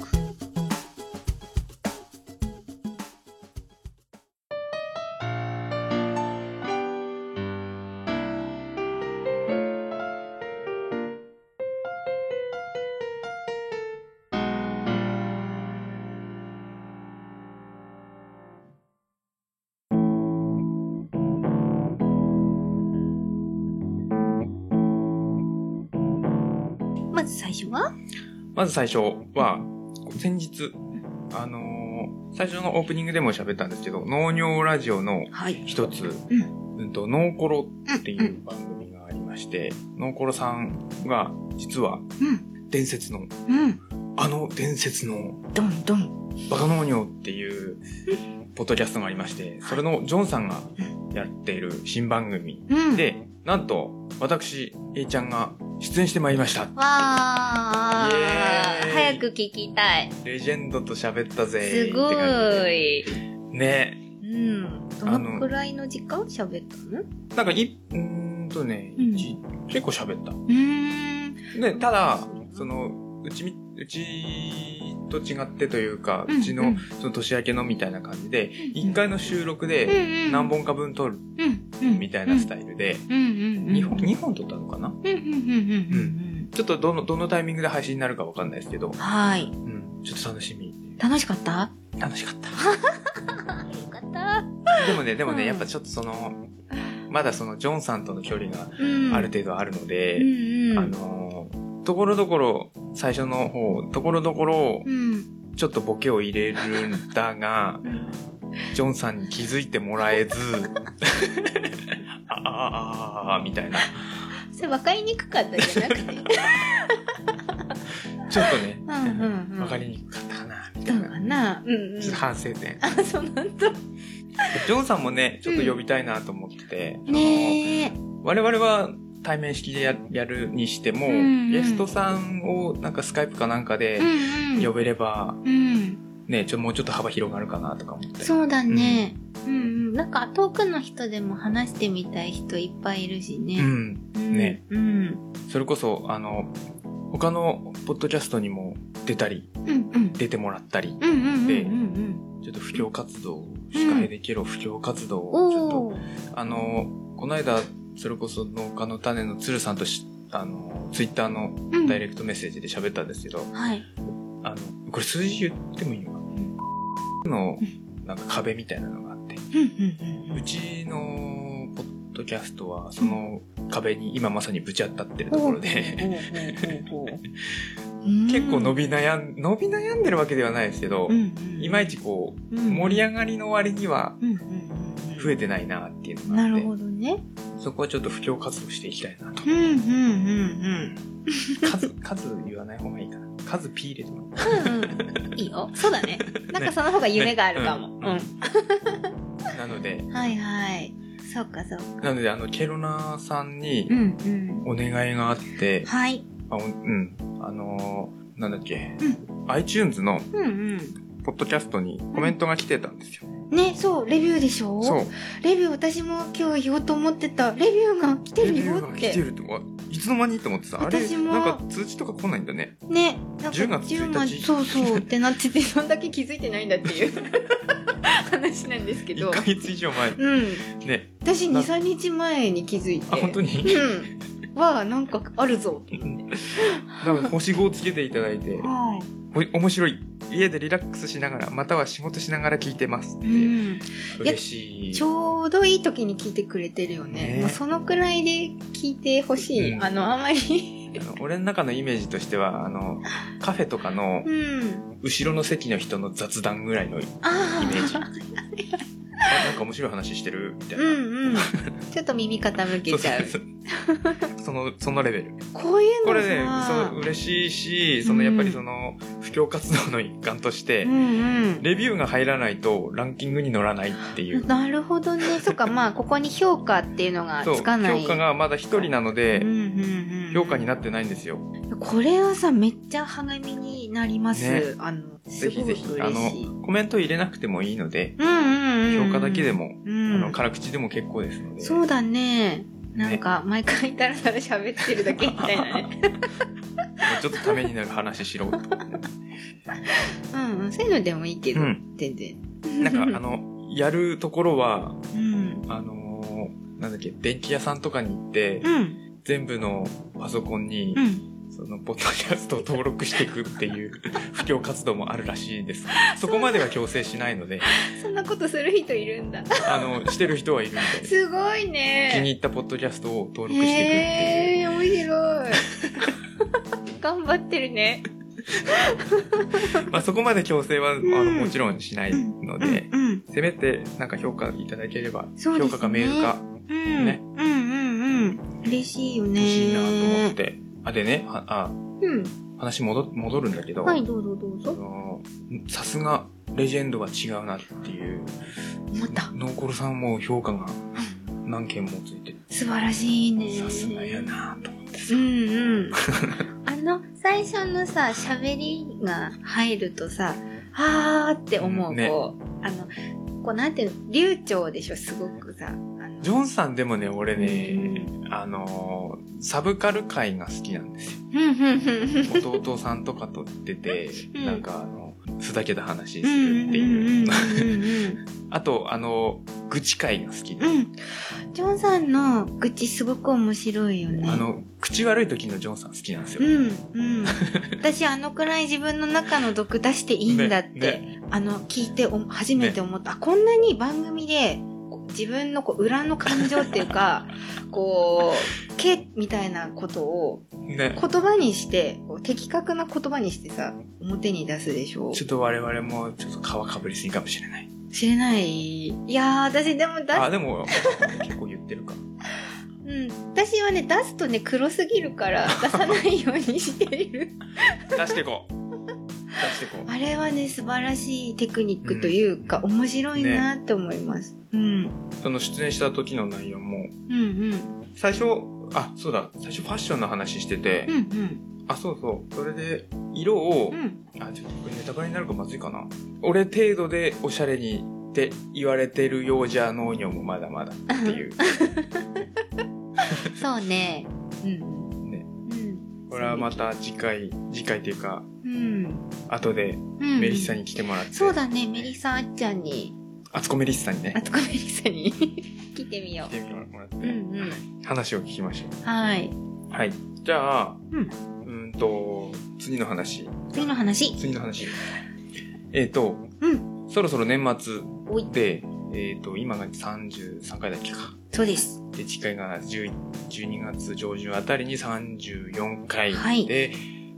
S2: まず最初は
S1: まず最初は、先日、あのー最初のオープニングでも喋ったんですけど、農業ラジオの
S2: はい。
S1: 一つ、
S2: う
S1: うんと、ノーコロっていう番組がありまして、ノーコロさんが、実は、
S2: うん。
S1: 伝説の、
S2: うん。
S1: あの伝説の、
S2: どんどん。
S1: バカ農業っていう、ポッドキャストがありまして、それのジョンさんがやっている新番組
S2: うん。
S1: で、なんと、私、A ちゃんが出演してまいりました。
S2: わあ
S1: イエーイ
S2: 早く聞きたい。
S1: レジェンドと喋ったぜ
S2: す
S1: って
S2: ご
S1: 感じで。
S2: い。
S1: ね
S2: うん。ど
S1: あ
S2: の
S1: の
S2: くらいの時間喋ったのう
S1: なんかい、うーんとね、
S2: うん
S1: 一結構喋った。
S2: ーん。
S1: で、ただ、その、うちみ、うちと違ってというか、うち
S2: うんう
S1: の
S2: ん、
S1: その年明けのみたいな感じで、
S2: うん
S1: 1回の収録
S2: うん
S1: で
S2: うん
S1: 何本か分撮る
S2: うんうん
S1: みたいなスタイルで、
S2: うんうんうん。
S1: 2本、2本撮ったのかな
S2: うんうんうんうんうん
S1: ちょっとどの、どのタイミングで配信になるかわかんないですけど
S2: うん。、はい。
S1: うん、ちょっと楽しみ。
S2: 楽しかった
S1: 楽しかった。
S2: よかった。
S1: でもね、でも
S2: うん
S1: ね、やっぱちょっとその、まだそのジョンさんとの距離が
S3: うん
S1: ある程度あるので、
S3: うんうん
S1: あのーところどころ、最初の方、ところどころ、
S3: うん
S1: ちょっとボケを入れるんだが、
S3: うん
S1: ジョンさんに気づいてもらえず、あああああみたいな。
S3: それ分かりにくかったじゃなくて
S1: ちょっとね、
S2: うんうんうん
S1: わかりにくかったかな、みた
S2: ど
S1: いう
S2: か
S1: な。
S2: な
S3: うん
S1: [LAUGHS]
S3: うん
S1: ちょっと反省点。
S3: あそうなんだ
S1: ジョンさんもね、ちょっと呼びたいなと思ってて、
S2: ねえ
S1: あの我々は対面式でややるにしても、
S3: うんうん
S1: ゲストさんをなんかスカイプかなんかで
S2: うんうん
S1: 呼べれば、
S3: うん
S1: ね、ちょもうちょっと幅広がるかなとか思って。
S2: そうだね、
S3: うんうんなんか遠くの人でも話してみたい人いっぱいいるし
S1: う
S3: ね、
S1: ん。
S3: うん、
S1: ね
S3: うん
S1: それこそ、あの、他のポッドキャストにも出たり、
S3: うんうん
S1: 出てもらったり、
S3: うんうんうん
S1: で
S3: うん
S1: ちょっと布教活動、司会できる布教活動を、ちょっと
S3: おおー
S1: あの、この間、それこそ農家の種の鶴さんとし、あの、ツイッターの
S3: うん
S1: ダイレクトメッセージで喋ったんですけど、
S3: はい
S1: あの、これ数字言ってもいいのかなの、なんか壁みたいなのがあって、
S2: うんうん
S1: うちのポッドキャストは、その壁に今まさにぶち当たってるところで、
S2: ほうほうほうほううん
S1: [LAUGHS] 結構伸び悩ん、伸び悩んでるわけではないですけど
S2: う、んうん
S1: いまいちこう、
S2: うん
S1: 盛り上がりの割には
S2: うんうんうんうん
S1: 増えてないなっていうのがあ
S2: な
S1: っ
S2: る
S1: て
S2: ほ、どね
S1: そこはちょっと布教活動していきたい
S2: [LAUGHS]
S1: なと。
S2: うんうんうん
S1: 数、数言わない方がいいかな。数 P 入れてもら
S2: うんうんいいよそうだ
S1: [LAUGHS]
S2: ねなんかその方が夢があるかも、
S1: ねうなので
S2: う、んはいはいそうかそうか
S1: なので、あの、ケロナさんに
S2: うんうん
S1: お願いがあって、
S2: はい
S1: あおうん、あのーなんだっけ、
S2: う
S1: iTunes の
S2: うん
S1: ポッドキャストにコメントが来てたんですよ。
S2: うんねそうレビューでしょ
S1: そう。
S2: レビュー私も今日言おうと思ってたレビューが来て
S1: レ
S2: る
S1: ビュ
S2: よ
S1: ーが
S2: っ
S1: 来て
S2: て
S1: るとか、いつの間にって思ってた。あれ、
S2: 私も
S1: なんか通知とか来ないんだね。
S2: ねなんか
S1: 10月1日
S2: 10そうそうってなって [LAUGHS] てそんだけ気づいてないんだっていう [LAUGHS] 話なんですけ
S1: 1
S2: ど
S1: ヶ月以上前。
S2: うん [LAUGHS]
S1: ね。
S2: 私
S1: な
S2: 23日前に気づいて
S1: あ、本当に
S2: うんはなんかあるぞ
S1: なんか星5をつけていただいて、
S2: は
S1: お面白い。家でリラックスしながら、または仕事しながら聞いてますっ
S2: い、う
S1: て。
S2: ん、
S1: 嬉しい。
S2: ちょうどいい時に聞いてくれてるよね
S1: ね
S2: もうそのくらいで聞いてほしい、
S1: うん
S2: あのあ
S1: [LAUGHS]
S2: まり
S1: あの俺の中のイメージとしては、あの、カフェとかの
S2: うん
S1: 後ろの席の人の雑談ぐらいのイ
S2: あ
S1: メージ。
S2: あ
S1: あなんか面白い話してるみたいな。
S2: うんうんちょっと耳傾けちゃう
S1: そうそうそうその、そのレベル。
S2: こういうのさ
S1: これね、そう、嬉しいし、その、
S2: うん
S1: やっぱりその、布教活動の一環として
S2: う、ん
S1: レビューが入らないとランキングに乗らないってい
S2: うん
S1: う。
S2: なるほ
S1: [LAUGHS]
S2: どねそっかまあここに評価っていうのが
S1: そう、
S2: つ
S1: 評
S2: かない
S1: 価がまだ一人なの
S2: うん
S1: で、
S2: うんうん、
S1: 評価になってないんですよ。
S2: これはさめっちゃ励みになります、
S1: ね
S2: あの
S1: ぜ
S2: す
S1: ひ
S2: ごく
S1: ぜ
S2: 嬉しい
S1: ひ、あの、コメント入れなくてもいいので、
S2: うんうんうんうん
S1: 評価だけでも、
S2: う
S1: あ
S2: ん
S1: の、辛口でも結構ですので。
S2: そうだねなん
S1: ね
S2: か毎回だらだら喋ってるだけみたいな
S1: [LAUGHS]
S2: ね
S1: ちょっとためになる話しろとか。
S2: うん、うん、そういうのでもいいけど、
S1: うん
S2: 全然
S1: なんか、あの、やるところは、
S2: うん
S1: あのーなんだっけ、電気屋さんとかに行って、
S2: うん
S1: 全部のパソコンに
S2: う、ん
S1: その、ポッドキャストを登録していくっていう、
S2: [LAUGHS]
S1: 布教活動もあるらしいです。そこまでは強制しないので、
S2: そんなことする人いるんだ
S1: あの、してる人はいるみたいです。
S2: すごい
S1: 気に
S2: ね
S1: 入ったポッドキャストを登録していくっていう。
S2: へえ面白い [LAUGHS] 頑張ってるね
S1: まあ、そこまで強制は、あの、
S2: うん
S1: もちろんしないので、
S2: うんうん
S1: せめて、なんか評価いただければ、
S2: そう
S1: 評
S2: ですね
S1: 価かメールか
S2: うん、
S1: ね
S2: うんうんうん嬉しいよね
S1: 欲しいなと思って。あ、でね、あ、あ
S2: うん
S1: 話戻戻るんだけど、
S2: はいどうぞどう
S1: あ
S2: ぞ
S1: のさすがレジェンドは違うなっていう
S2: 思った
S1: ノーコルさんも評価が何件もついて
S2: 素晴らしいね
S1: さすがやなと思って
S2: う
S1: さ、
S2: んうん
S1: [LAUGHS]
S2: あの最初のさ喋りが入るとさあーって思う、
S1: うんね
S2: こうあのこうなんていうの流暢でしょすごくさあの
S1: ジョンさんでもね俺ね、
S2: う
S1: あのサブカル界が好きなんですよ
S2: [LAUGHS] うんうんうん
S1: 弟さんとかと出て、
S2: うん
S1: なんかあのふざけた話す
S2: うん
S1: るって
S2: うんうんうん
S1: いう、
S2: うん
S1: あとあの愚痴会が好きで、
S2: うんジョンさんの愚痴すごく面白いよね
S1: あの口悪い時のジョンさん好きなんですよ、
S2: うん [LAUGHS] うん、私あのくらい自分の中の毒出していいんだって、
S1: ね
S2: あの聞いてお初めて思った、あこんなに番組でこ自分のこう裏の感情っていう [LAUGHS] かこう「け」みたいなことを
S1: ね。
S2: 言葉にしてこう的確な言葉にしてさ表に出すでしょ
S1: ちょっと我々もちょっと皮かぶりすぎかもしれない。
S2: 知れないいやー私でも出す
S1: あ、でも、結構言ってるか。
S2: うん、私はね出すとね黒すぎるから出さないようにしてる
S1: 出していこう。出していこう。
S2: あれはね素晴らしいテクニックというか、面白いなって思います、うん
S1: その出演した時の内容も、
S2: うんうん
S1: 最初、あ、そうだ、最初ファッションの話してて、
S2: うんうん
S1: あ、そうそう、それで、色を、
S2: うん
S1: あ、ちょっとこれネタバレになるかまずいかな。俺程度でおしゃれにって言われてるようじゃ農業もまだまだっていう。
S3: そうね。
S2: うん
S1: ね、
S2: うん
S1: これはまた次回、次回っていうか、
S2: うん
S1: 後で
S3: うん。
S1: メリッサに来てもらって、
S3: そうだね、メリッサあっちゃんに、
S1: あつこメリッサに
S3: あ
S1: ね、
S3: つこメリッサ
S2: [LAUGHS]
S3: に来てみよ
S1: 来てもらって、
S3: う。うんうん。
S1: 話を聞きましょ
S3: はい。
S1: う。はい。じゃあ、
S2: うん
S1: ーんと、次の話。
S3: 次の話。
S1: 次の話。えっ、と、
S2: うん
S1: そろそろ年末
S2: おい
S1: で、えっ、と、今が33回だっけか。
S2: そうです
S1: で、次回が10 12月上旬あたりに34回で、
S3: はい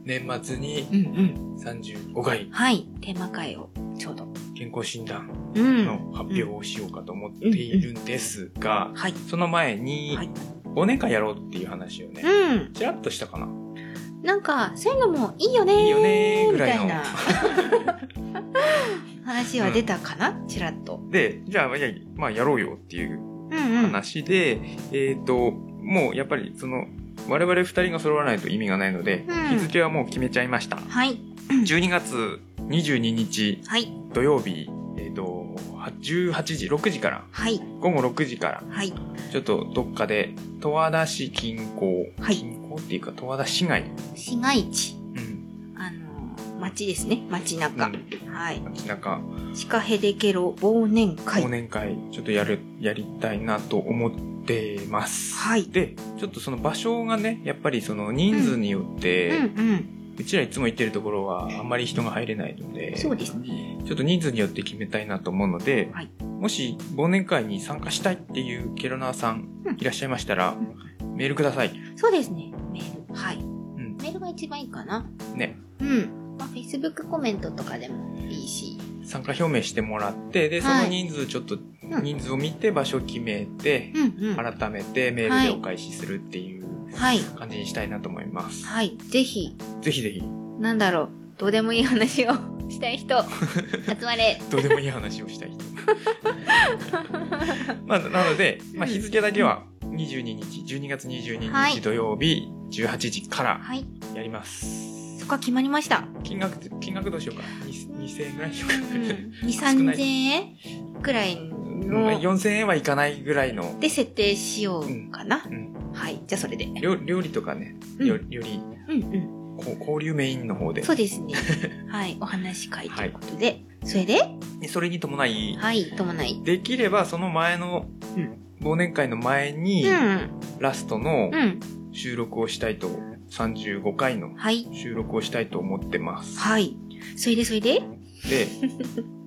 S1: 年末に
S2: うんうん
S1: 35回
S3: はい。テーマ会を、ちょうど。
S1: 健康診断
S3: うん。
S1: の発表をしようかと思っているんですが、
S2: はい
S1: その前に
S2: はい、
S1: おねかやろうっていう話をね、
S2: うん
S1: ちらっとしたかな。
S3: なんか、そういうのもいいよねー
S1: いいよねーぐ
S2: み
S1: ら
S2: た
S1: い
S2: い
S1: の
S2: な。
S3: [LAUGHS]
S2: 話は出たかな、ちらっと
S1: で、じゃあ、いやまあ、やろうよっていう
S2: うんうん
S1: 話で、えっ、と、もうやっぱりその、我々二人が揃わないと意味がないので、
S3: うん
S1: 日付はもう決めちゃいました。
S3: はい。
S1: 12月22日
S3: はい。
S1: 土曜日、えっ、と、18時、6時から、
S3: はい。
S1: 午後6時から、
S3: はい。
S1: ちょっとどっかで、十和田市近郊、
S2: はい
S1: 近郊っていうか、十和田市街、
S3: 市街地。
S1: うん、
S2: あのー街ですね街中、
S1: う
S2: はい
S1: 街中、
S2: シカヘデケロ忘年会
S1: 忘年会、ちょっとやる、やりたいなと思ってます。
S2: はい
S1: で、ちょっとその場所がね、やっぱりその人数によっ
S2: う
S1: て、
S2: ん
S1: う
S2: うん
S1: ちらいつも行ってるところはあんまり人が入れないので、
S2: そうですね
S1: ちょっと人数によって決めたいなと思うので、
S2: はい
S1: もし忘年会に参加したいっていうケロナーさん
S2: うん
S1: いらっしゃいましたら、メールください。
S3: そうですね。メール。はい。
S1: うん。
S3: メールが一番いいかな。
S1: ね。
S2: うん
S3: まあ、Facebook コメントとかでもいいし。
S1: 参加表明してもらって、で、そ
S3: は
S1: の
S3: い
S1: 人数ちょっと、
S2: ん
S1: 人数を見て場所決めて、
S2: うんうん
S1: 改めてメールでお返しするっていう
S3: はい。
S1: 感じにしたいなと思います。
S3: はい。ぜひ、
S1: ぜひぜひ、
S3: なんだろう。どうでもいい話をしたい [LAUGHS] 人、集まれ。
S1: どうでもいい話をしたい人。 [LAUGHS] まあ、なので、まあ、日付だけは22日、12月
S3: は
S1: 22
S3: い
S1: 日土曜日、18時から
S3: はい。
S1: やります。
S3: そこは決まりました。
S1: 金額って、金額どうしようか。2000 2000円ぐらいにしよ
S3: うん。
S1: う
S3: [LAUGHS] 2、3000円くらい
S1: か。
S3: の、
S1: 4000円はいかないぐらいの、
S3: で設定しようかな。
S1: うん
S3: はい。じゃあそれで。
S1: 料料理とかね、
S2: うん
S1: よより、
S2: うんうん
S1: こう交流メインの方で
S3: そうです [LAUGHS] ね。はい。お話し会ということで。それで、
S1: でそれに伴い、
S3: はい。伴い。
S1: できればその前の、
S2: うん
S1: 忘年会の前に、
S3: うん。
S1: ラストの
S3: うん。
S1: 収録をしたいと、35回の
S3: はい。
S1: 収録をしたいと思ってます。
S2: はい
S3: それでそれで、
S1: で、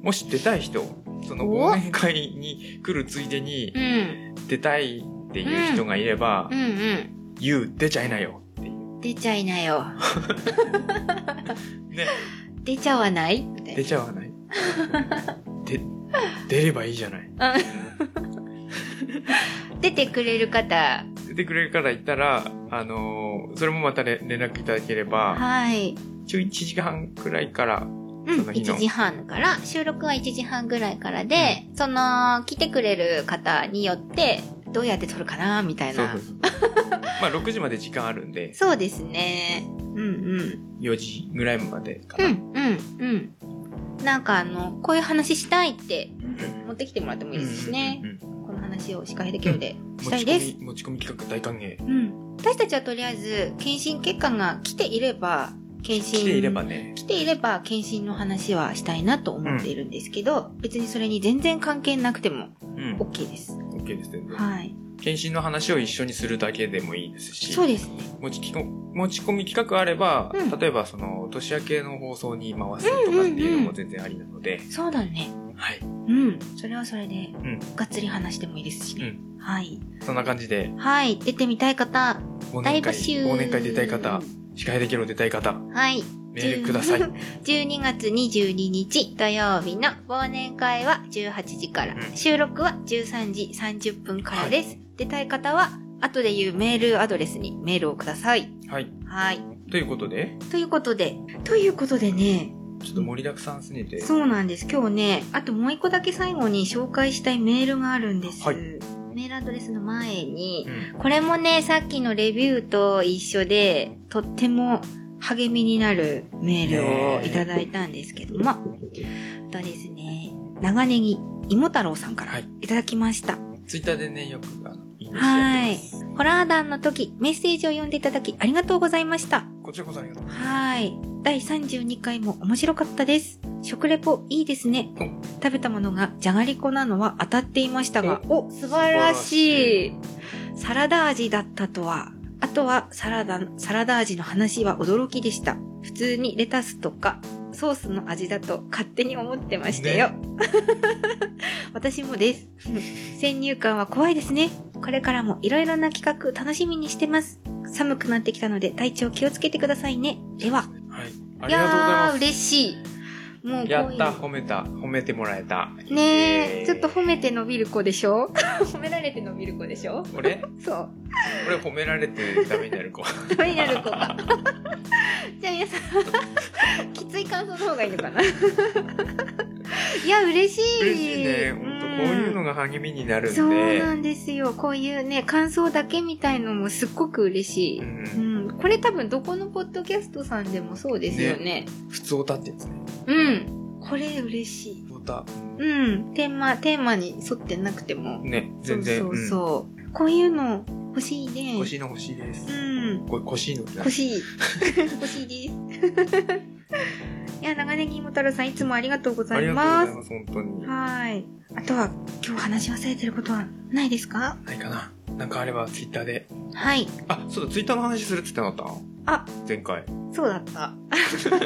S1: もし出たい人、その
S3: お
S1: 忘年会に来るついでに
S3: う、ん。
S1: 出たいっていう人がいれば
S3: うんう、ん。
S1: 言う、出ちゃいなよっていう。
S3: 出ちゃいなよ。
S1: ね、
S3: 出ちゃわないみたいな
S1: 出ちゃわない。で、出ればいいじゃない。
S3: 出てくれる方
S1: 出てくれるから言ったら、あのーそれもまたね連絡いただければ、
S3: はい、
S1: 一応1時半くらいから、
S3: うん、
S1: その日の
S3: 1時半から収録は1時半ぐらいからで、その来てくれる方によってどうやって撮るかなみたい
S1: そう
S3: な
S1: そうそう。まあ6時まで時間あるんで、
S3: そうですねうんうん
S1: 4時ぐらいまでか
S3: う
S1: な。
S3: んうんうんなんかあのこういう話したいって持ってきてもらってもいいですしね
S1: うんうんうんうん。
S3: この話を司会できるでし
S1: 持
S3: た
S1: ち
S3: いです
S1: 込み、持ち込み企画大歓迎。
S3: うん私たちはとりあえず検診結果が来ていれば検診
S1: 来ていればね、
S3: 来ていれば検診の話はしたいなと思っているんですけど、別にそれに全然関係なくても
S1: うん、
S3: OK です。
S1: OK ですね。
S3: はい。
S1: 検診の話を一緒にするだけでもいいですし
S3: そう、ですね。
S1: 持ちきこ持ち込み企画あれば、
S3: うん
S1: 例えばその、年明けの放送に回すとかっていうのも全然ありなので、
S3: そうだね。
S1: うはい。
S2: うん。それはそれで、
S1: ん
S2: がっつり話してもいいですしね。はい。
S1: そんな感じで、
S3: はい。出てみたい方、
S1: 忘年
S3: 大募
S1: 会、
S3: 集。
S1: 忘年会出たい方、司会できる出たい方、
S3: はい。
S1: メールください。
S3: [LAUGHS]
S2: [LAUGHS]
S3: 10 12月22日土曜日の忘年会は18時から、
S1: うん
S3: 収録は13時30分からです。出たい方は、後で言うメールアドレスにメールをください。
S1: はい。
S3: はい。
S1: ということで、
S3: ということで、
S2: ということでね、
S1: ちょっと盛りだくさんすぎて、
S2: そうなんです。今日ね、あともう一個だけ最後に紹介したいメールがあるんです。
S1: はい
S3: メールアドレスの前に
S1: う、ん。
S3: これもね、さっきのレビューと一緒で、
S2: とっても励みになるメールをいただいたんですけども、あとですね、長ネギ、芋太郎さんから
S1: はいい
S2: ただきました。
S1: ツイッターでね、よく、あの、いいねしてや
S3: は
S1: って
S3: い
S1: ます。。
S3: ホラー団の時、メッセージを読んでいただき、ありがとうございました。
S1: こちらこそありがとう。
S2: はい。第32回も面白かったです。食レポいいですね
S1: お。
S2: 食べたものがじゃがりこなのは当たっていましたが、お、素晴
S1: 晴
S2: ら
S1: ら
S2: し
S1: し
S2: い。サラダ味だったとは。あとはサラダ、サラダ味の話は驚きでした。普通にレタスとかソースの味だと勝手に思ってましたよ。 [LAUGHS] 私もです。先入観は怖いですね。これからもいろいろな企画楽しみにしてます。寒くなってきたので体調気をつけてくださいね。では。
S1: はい。ありがとうございます。
S3: 嬉しい。
S2: もうこういう
S1: やった、褒めた、褒めてもらえた。
S2: ね
S1: イエー
S2: え、
S1: イ
S2: ちょっと褒めて伸びる子でしょ [LAUGHS] 褒められて伸びる子でしょ
S1: 俺
S2: そう。
S1: 俺褒められてダメになる子。
S2: どうになる子か。 [LAUGHS] じゃあ皆さん、きつい感想の方がいいのかな [LAUGHS] いや、嬉しい。
S1: 嬉しいね。ほんと、こういうの
S2: が
S1: が励みになるんで。
S2: そうなんですよ。こういうね、感想だけみたいのもすっごく嬉しい。
S1: う
S2: うんん、これ多分どこのポッドキャストさんでもそうですよね。
S1: 普通歌ってやつね。
S2: うん。これ嬉しい。
S1: 普通歌。
S2: うん。テーマ、テーマに沿ってなくても。
S1: ね、全然。
S2: そうそう
S1: う
S2: そう、こういうの欲しいね
S1: ん。欲しいの欲しいです
S2: う。ん
S1: こ欲しいのってな
S2: 欲しい欲しいですいや長ネギも太郎さんいつもありがとうござ
S1: あ
S2: い
S1: り
S2: ま
S1: が
S2: す
S1: とうございます、本当に。な
S2: はいあとは今日話し忘れてることはないですか
S1: いかな。なんかあれば、ツイッターで。
S2: はい
S1: あ、そうだ、ツイッターの話するって言ってなかった
S2: あ、
S1: 前回。
S2: そうだった [LAUGHS]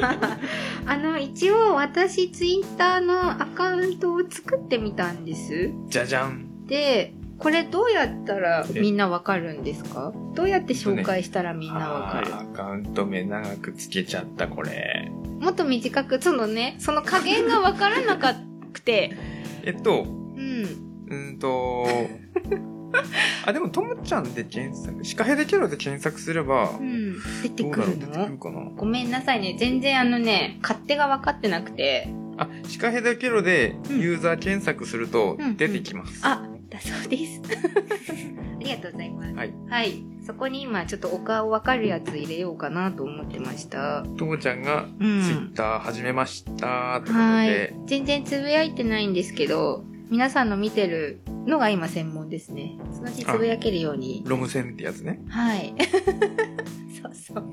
S2: あの一応私ツイッターのアカウントを作ってみたんです
S1: じゃじゃん。
S2: でこれどうやったらみんなわかるんですかどうやって紹介したらみんなわかる
S1: あーアカウント名長くつけちゃった、これ。
S2: もっと短く、そのね、その加減がわからなかくて。
S1: えっと、
S2: うん。
S1: うーん
S2: [LAUGHS]
S1: と、あ、でも、ともちゃんで検索、シカヘデケロで検索すれば
S2: う、ん。出て
S1: どう
S2: く
S1: だろう
S2: る
S1: 出てくる
S2: の
S1: かな。
S2: ごめんなさいね。全然あのね、勝手が分かってなくて。
S1: あ、シカヘデケロで
S2: うん
S1: ユーザー検索すると
S2: うん
S1: 出てきます。
S2: あ、だそうです。 [LAUGHS] ありがとうございます。
S1: はい。
S2: はい。そこに今、ちょっとお顔分かるやつ入れようかなと思ってました。
S1: ともちゃんが
S2: う
S1: ツイッ
S2: ん。
S1: ター始めましたってこと
S2: はい
S1: で、。
S2: 全然つぶやいてないんですけど、皆さんの見てるのが今専門ですね。そのうちつぶやけるように
S1: ロム線ってやつね。
S2: はい。 [LAUGHS] そうそう。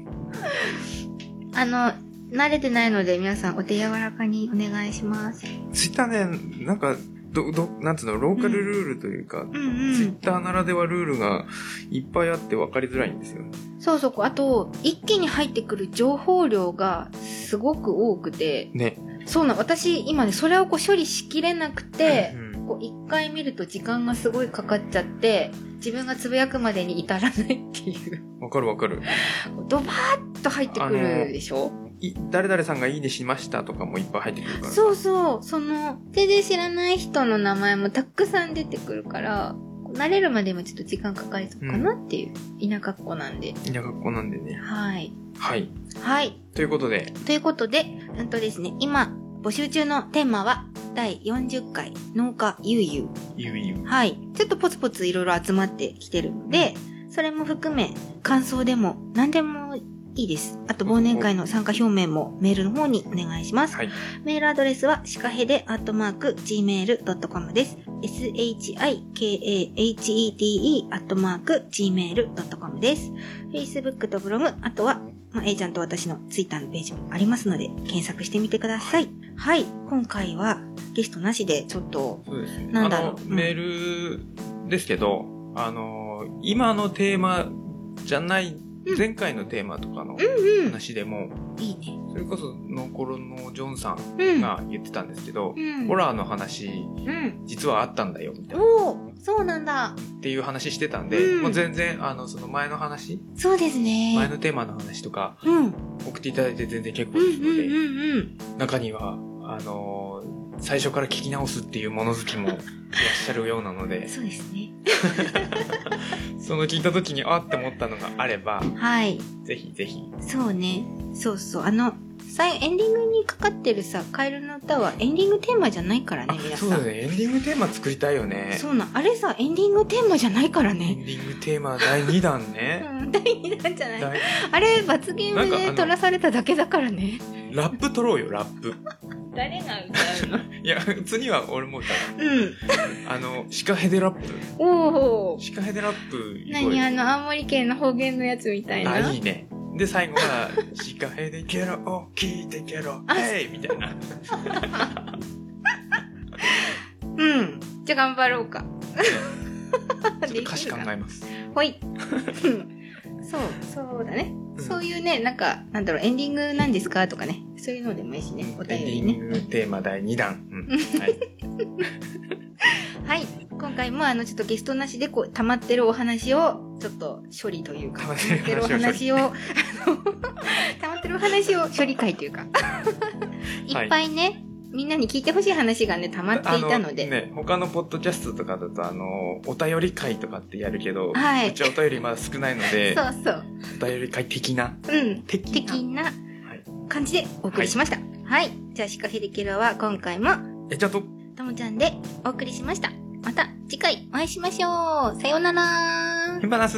S2: あの、慣れてないので皆さんお手柔らかにお願いします。
S1: ツイッターね、なんか、ど、ど、なんつうの、ローカルルールというか、
S2: う
S1: ツイ
S2: ん
S1: ッターならではルールがいっぱいあって分かりづらいんですよ。
S2: うん。そうそう。あと、一気に入ってくる情報量がすごく多くて、
S1: ね。
S2: そうなの、私今ね、それをこう処理しきれなくて
S1: う、ん
S2: こう一回見ると時間がすごいかかっちゃって、自分がつぶやくまでに至らないっていう、
S1: わかるわかる。
S2: [LAUGHS] ドバーッと入ってくるでしょ
S1: い誰々さんがいいねしましたとかもいっぱい入ってくるから。
S2: そうそう、その、全然知らない人の名前もたくさん出てくるから、こう慣れるまでもちょっと時間かかりそうかなっていう、田舎っ子なんで。
S1: 田舎っ子なんでね。
S2: はい。
S1: はい。
S2: はい。
S1: ということで、
S2: ということで、うんとですね、今、募集中のテーマは、第40回、農家ゆうゆう。
S1: ゆうゆう。
S2: はい。ちょっとポツポツいろいろ集まってきてるので、それも含め、感想でも、何でもいいです。あと、忘年会の参加表明もメールの方にお願いします。
S1: はい。
S2: メールアドレスは、シカヘデアットマーク、gmail.com です。shikahede アットマーク、gmail.com です。Facebook とブログ、あとは、まあ、A ちゃんと私の Twitter のページもありますので、検索してみてください。はい、今回は、ゲストなしで、ちょっと、
S1: そうですね。
S2: なんだろう
S1: あの、
S2: うん
S1: メールですけど、あの、今のテーマじゃない
S2: うん
S4: 前回のテーマとかの
S2: うんうん。
S4: 話でも、
S2: いいね。
S4: それこその頃のジョンさん
S2: うん。
S4: が言ってたんですけど、
S2: うん。
S4: ホラーの話、
S2: うん。
S4: 実はあったんだよ、みたいな。
S2: おお、そうなんだ。
S4: っていう話してたんで、
S2: うん
S4: もう全然、あの、その前の話、
S2: そうです
S4: 前
S2: ね。
S4: のテーマの話とか、
S2: うん。
S4: 送っていただいて全然結構
S2: うん
S4: ですの
S2: う
S4: で、
S2: んうんうん。
S4: 中には、あのー最初から聞き直すっていう物好きもいらっしゃるようなので、
S2: そうですね。
S4: その聞いた時に、あって思ったのがあれば、
S2: はい。
S4: ぜひぜひ。
S2: そうね。そうそう。あの、さエンディングにかかってるさ、カエルの歌はエンディングテーマじゃないから
S4: あ
S2: ね、皆さ
S4: そ
S2: ん。
S4: うだね、エンディングテーマ作りたいよね。
S2: そうなん。あれさ、エンディングテーマじゃないから
S4: エ
S2: ね。
S4: ンディングテーマ第2弾
S2: う
S4: ね。
S2: ん、第2弾じゃない。
S4: 第
S2: あれ、罰ゲーム
S4: なんかあ
S2: で
S4: の
S2: 取らされただけだからね。
S4: ラップ取ろうよ、ラップ。
S2: 誰が歌うの
S4: いや、次は俺も歌う。
S2: うん。
S4: あの、シカヘデラップ。
S2: おお。
S4: シカヘデラップ行こう
S2: 何
S4: よ。
S2: あの、青森県の方言のやつみたいな。
S4: あ、いいね。で、最後は、シカヘデケロを聞いてケロ、
S2: あ
S4: ヘイみたいな。
S2: うん。じゃあ頑張ろうか。
S4: ちょっと歌詞考えます。
S2: ほい。 [LAUGHS] そう、そうだね。
S4: うん
S2: そういうね、なんか、なんだろう、エンディングなんですかとかね。そういうのでもいいしね、お便り
S4: エン
S2: ね。
S4: ディングテーマ第2弾。
S2: [LAUGHS]
S4: うんはい
S2: はい。今回もあの、ちょっとゲストなしで、こう、溜まってるお話を、ちょっと処理というか、
S4: 溜まってる
S2: 溜まっ
S4: 話
S2: てるお話を、あの、 [LAUGHS] 溜まってるお話を処理会というか。いっぱいね、みんなに聞いてほしい話がね、溜まっていたの
S4: あ
S2: で。
S4: ね、他のポッドキャストとかだと、あの、お便り会とかってやるけど、
S2: は
S4: う
S2: い。
S4: ちはお便りまだ少ないので、
S2: そうそう。
S4: お便り会的な。
S2: うん。
S4: 的
S2: 的な
S4: はい
S2: 感じでお送りしました。はい。じゃあ、シカヘデケラは今回も、
S4: え、ちゃんと、
S1: ともちゃんでお送りしました。また次回お会いしましょう。さようなら。
S4: 変話す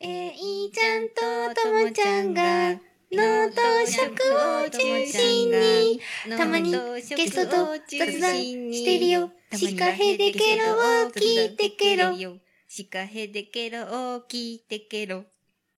S1: えいちゃんとともちゃんが脳と食を中心にたまにゲストと雑談してるよ。シカヘデケロを聞いてケロ。
S2: シカヘデケロを聞いてケロ。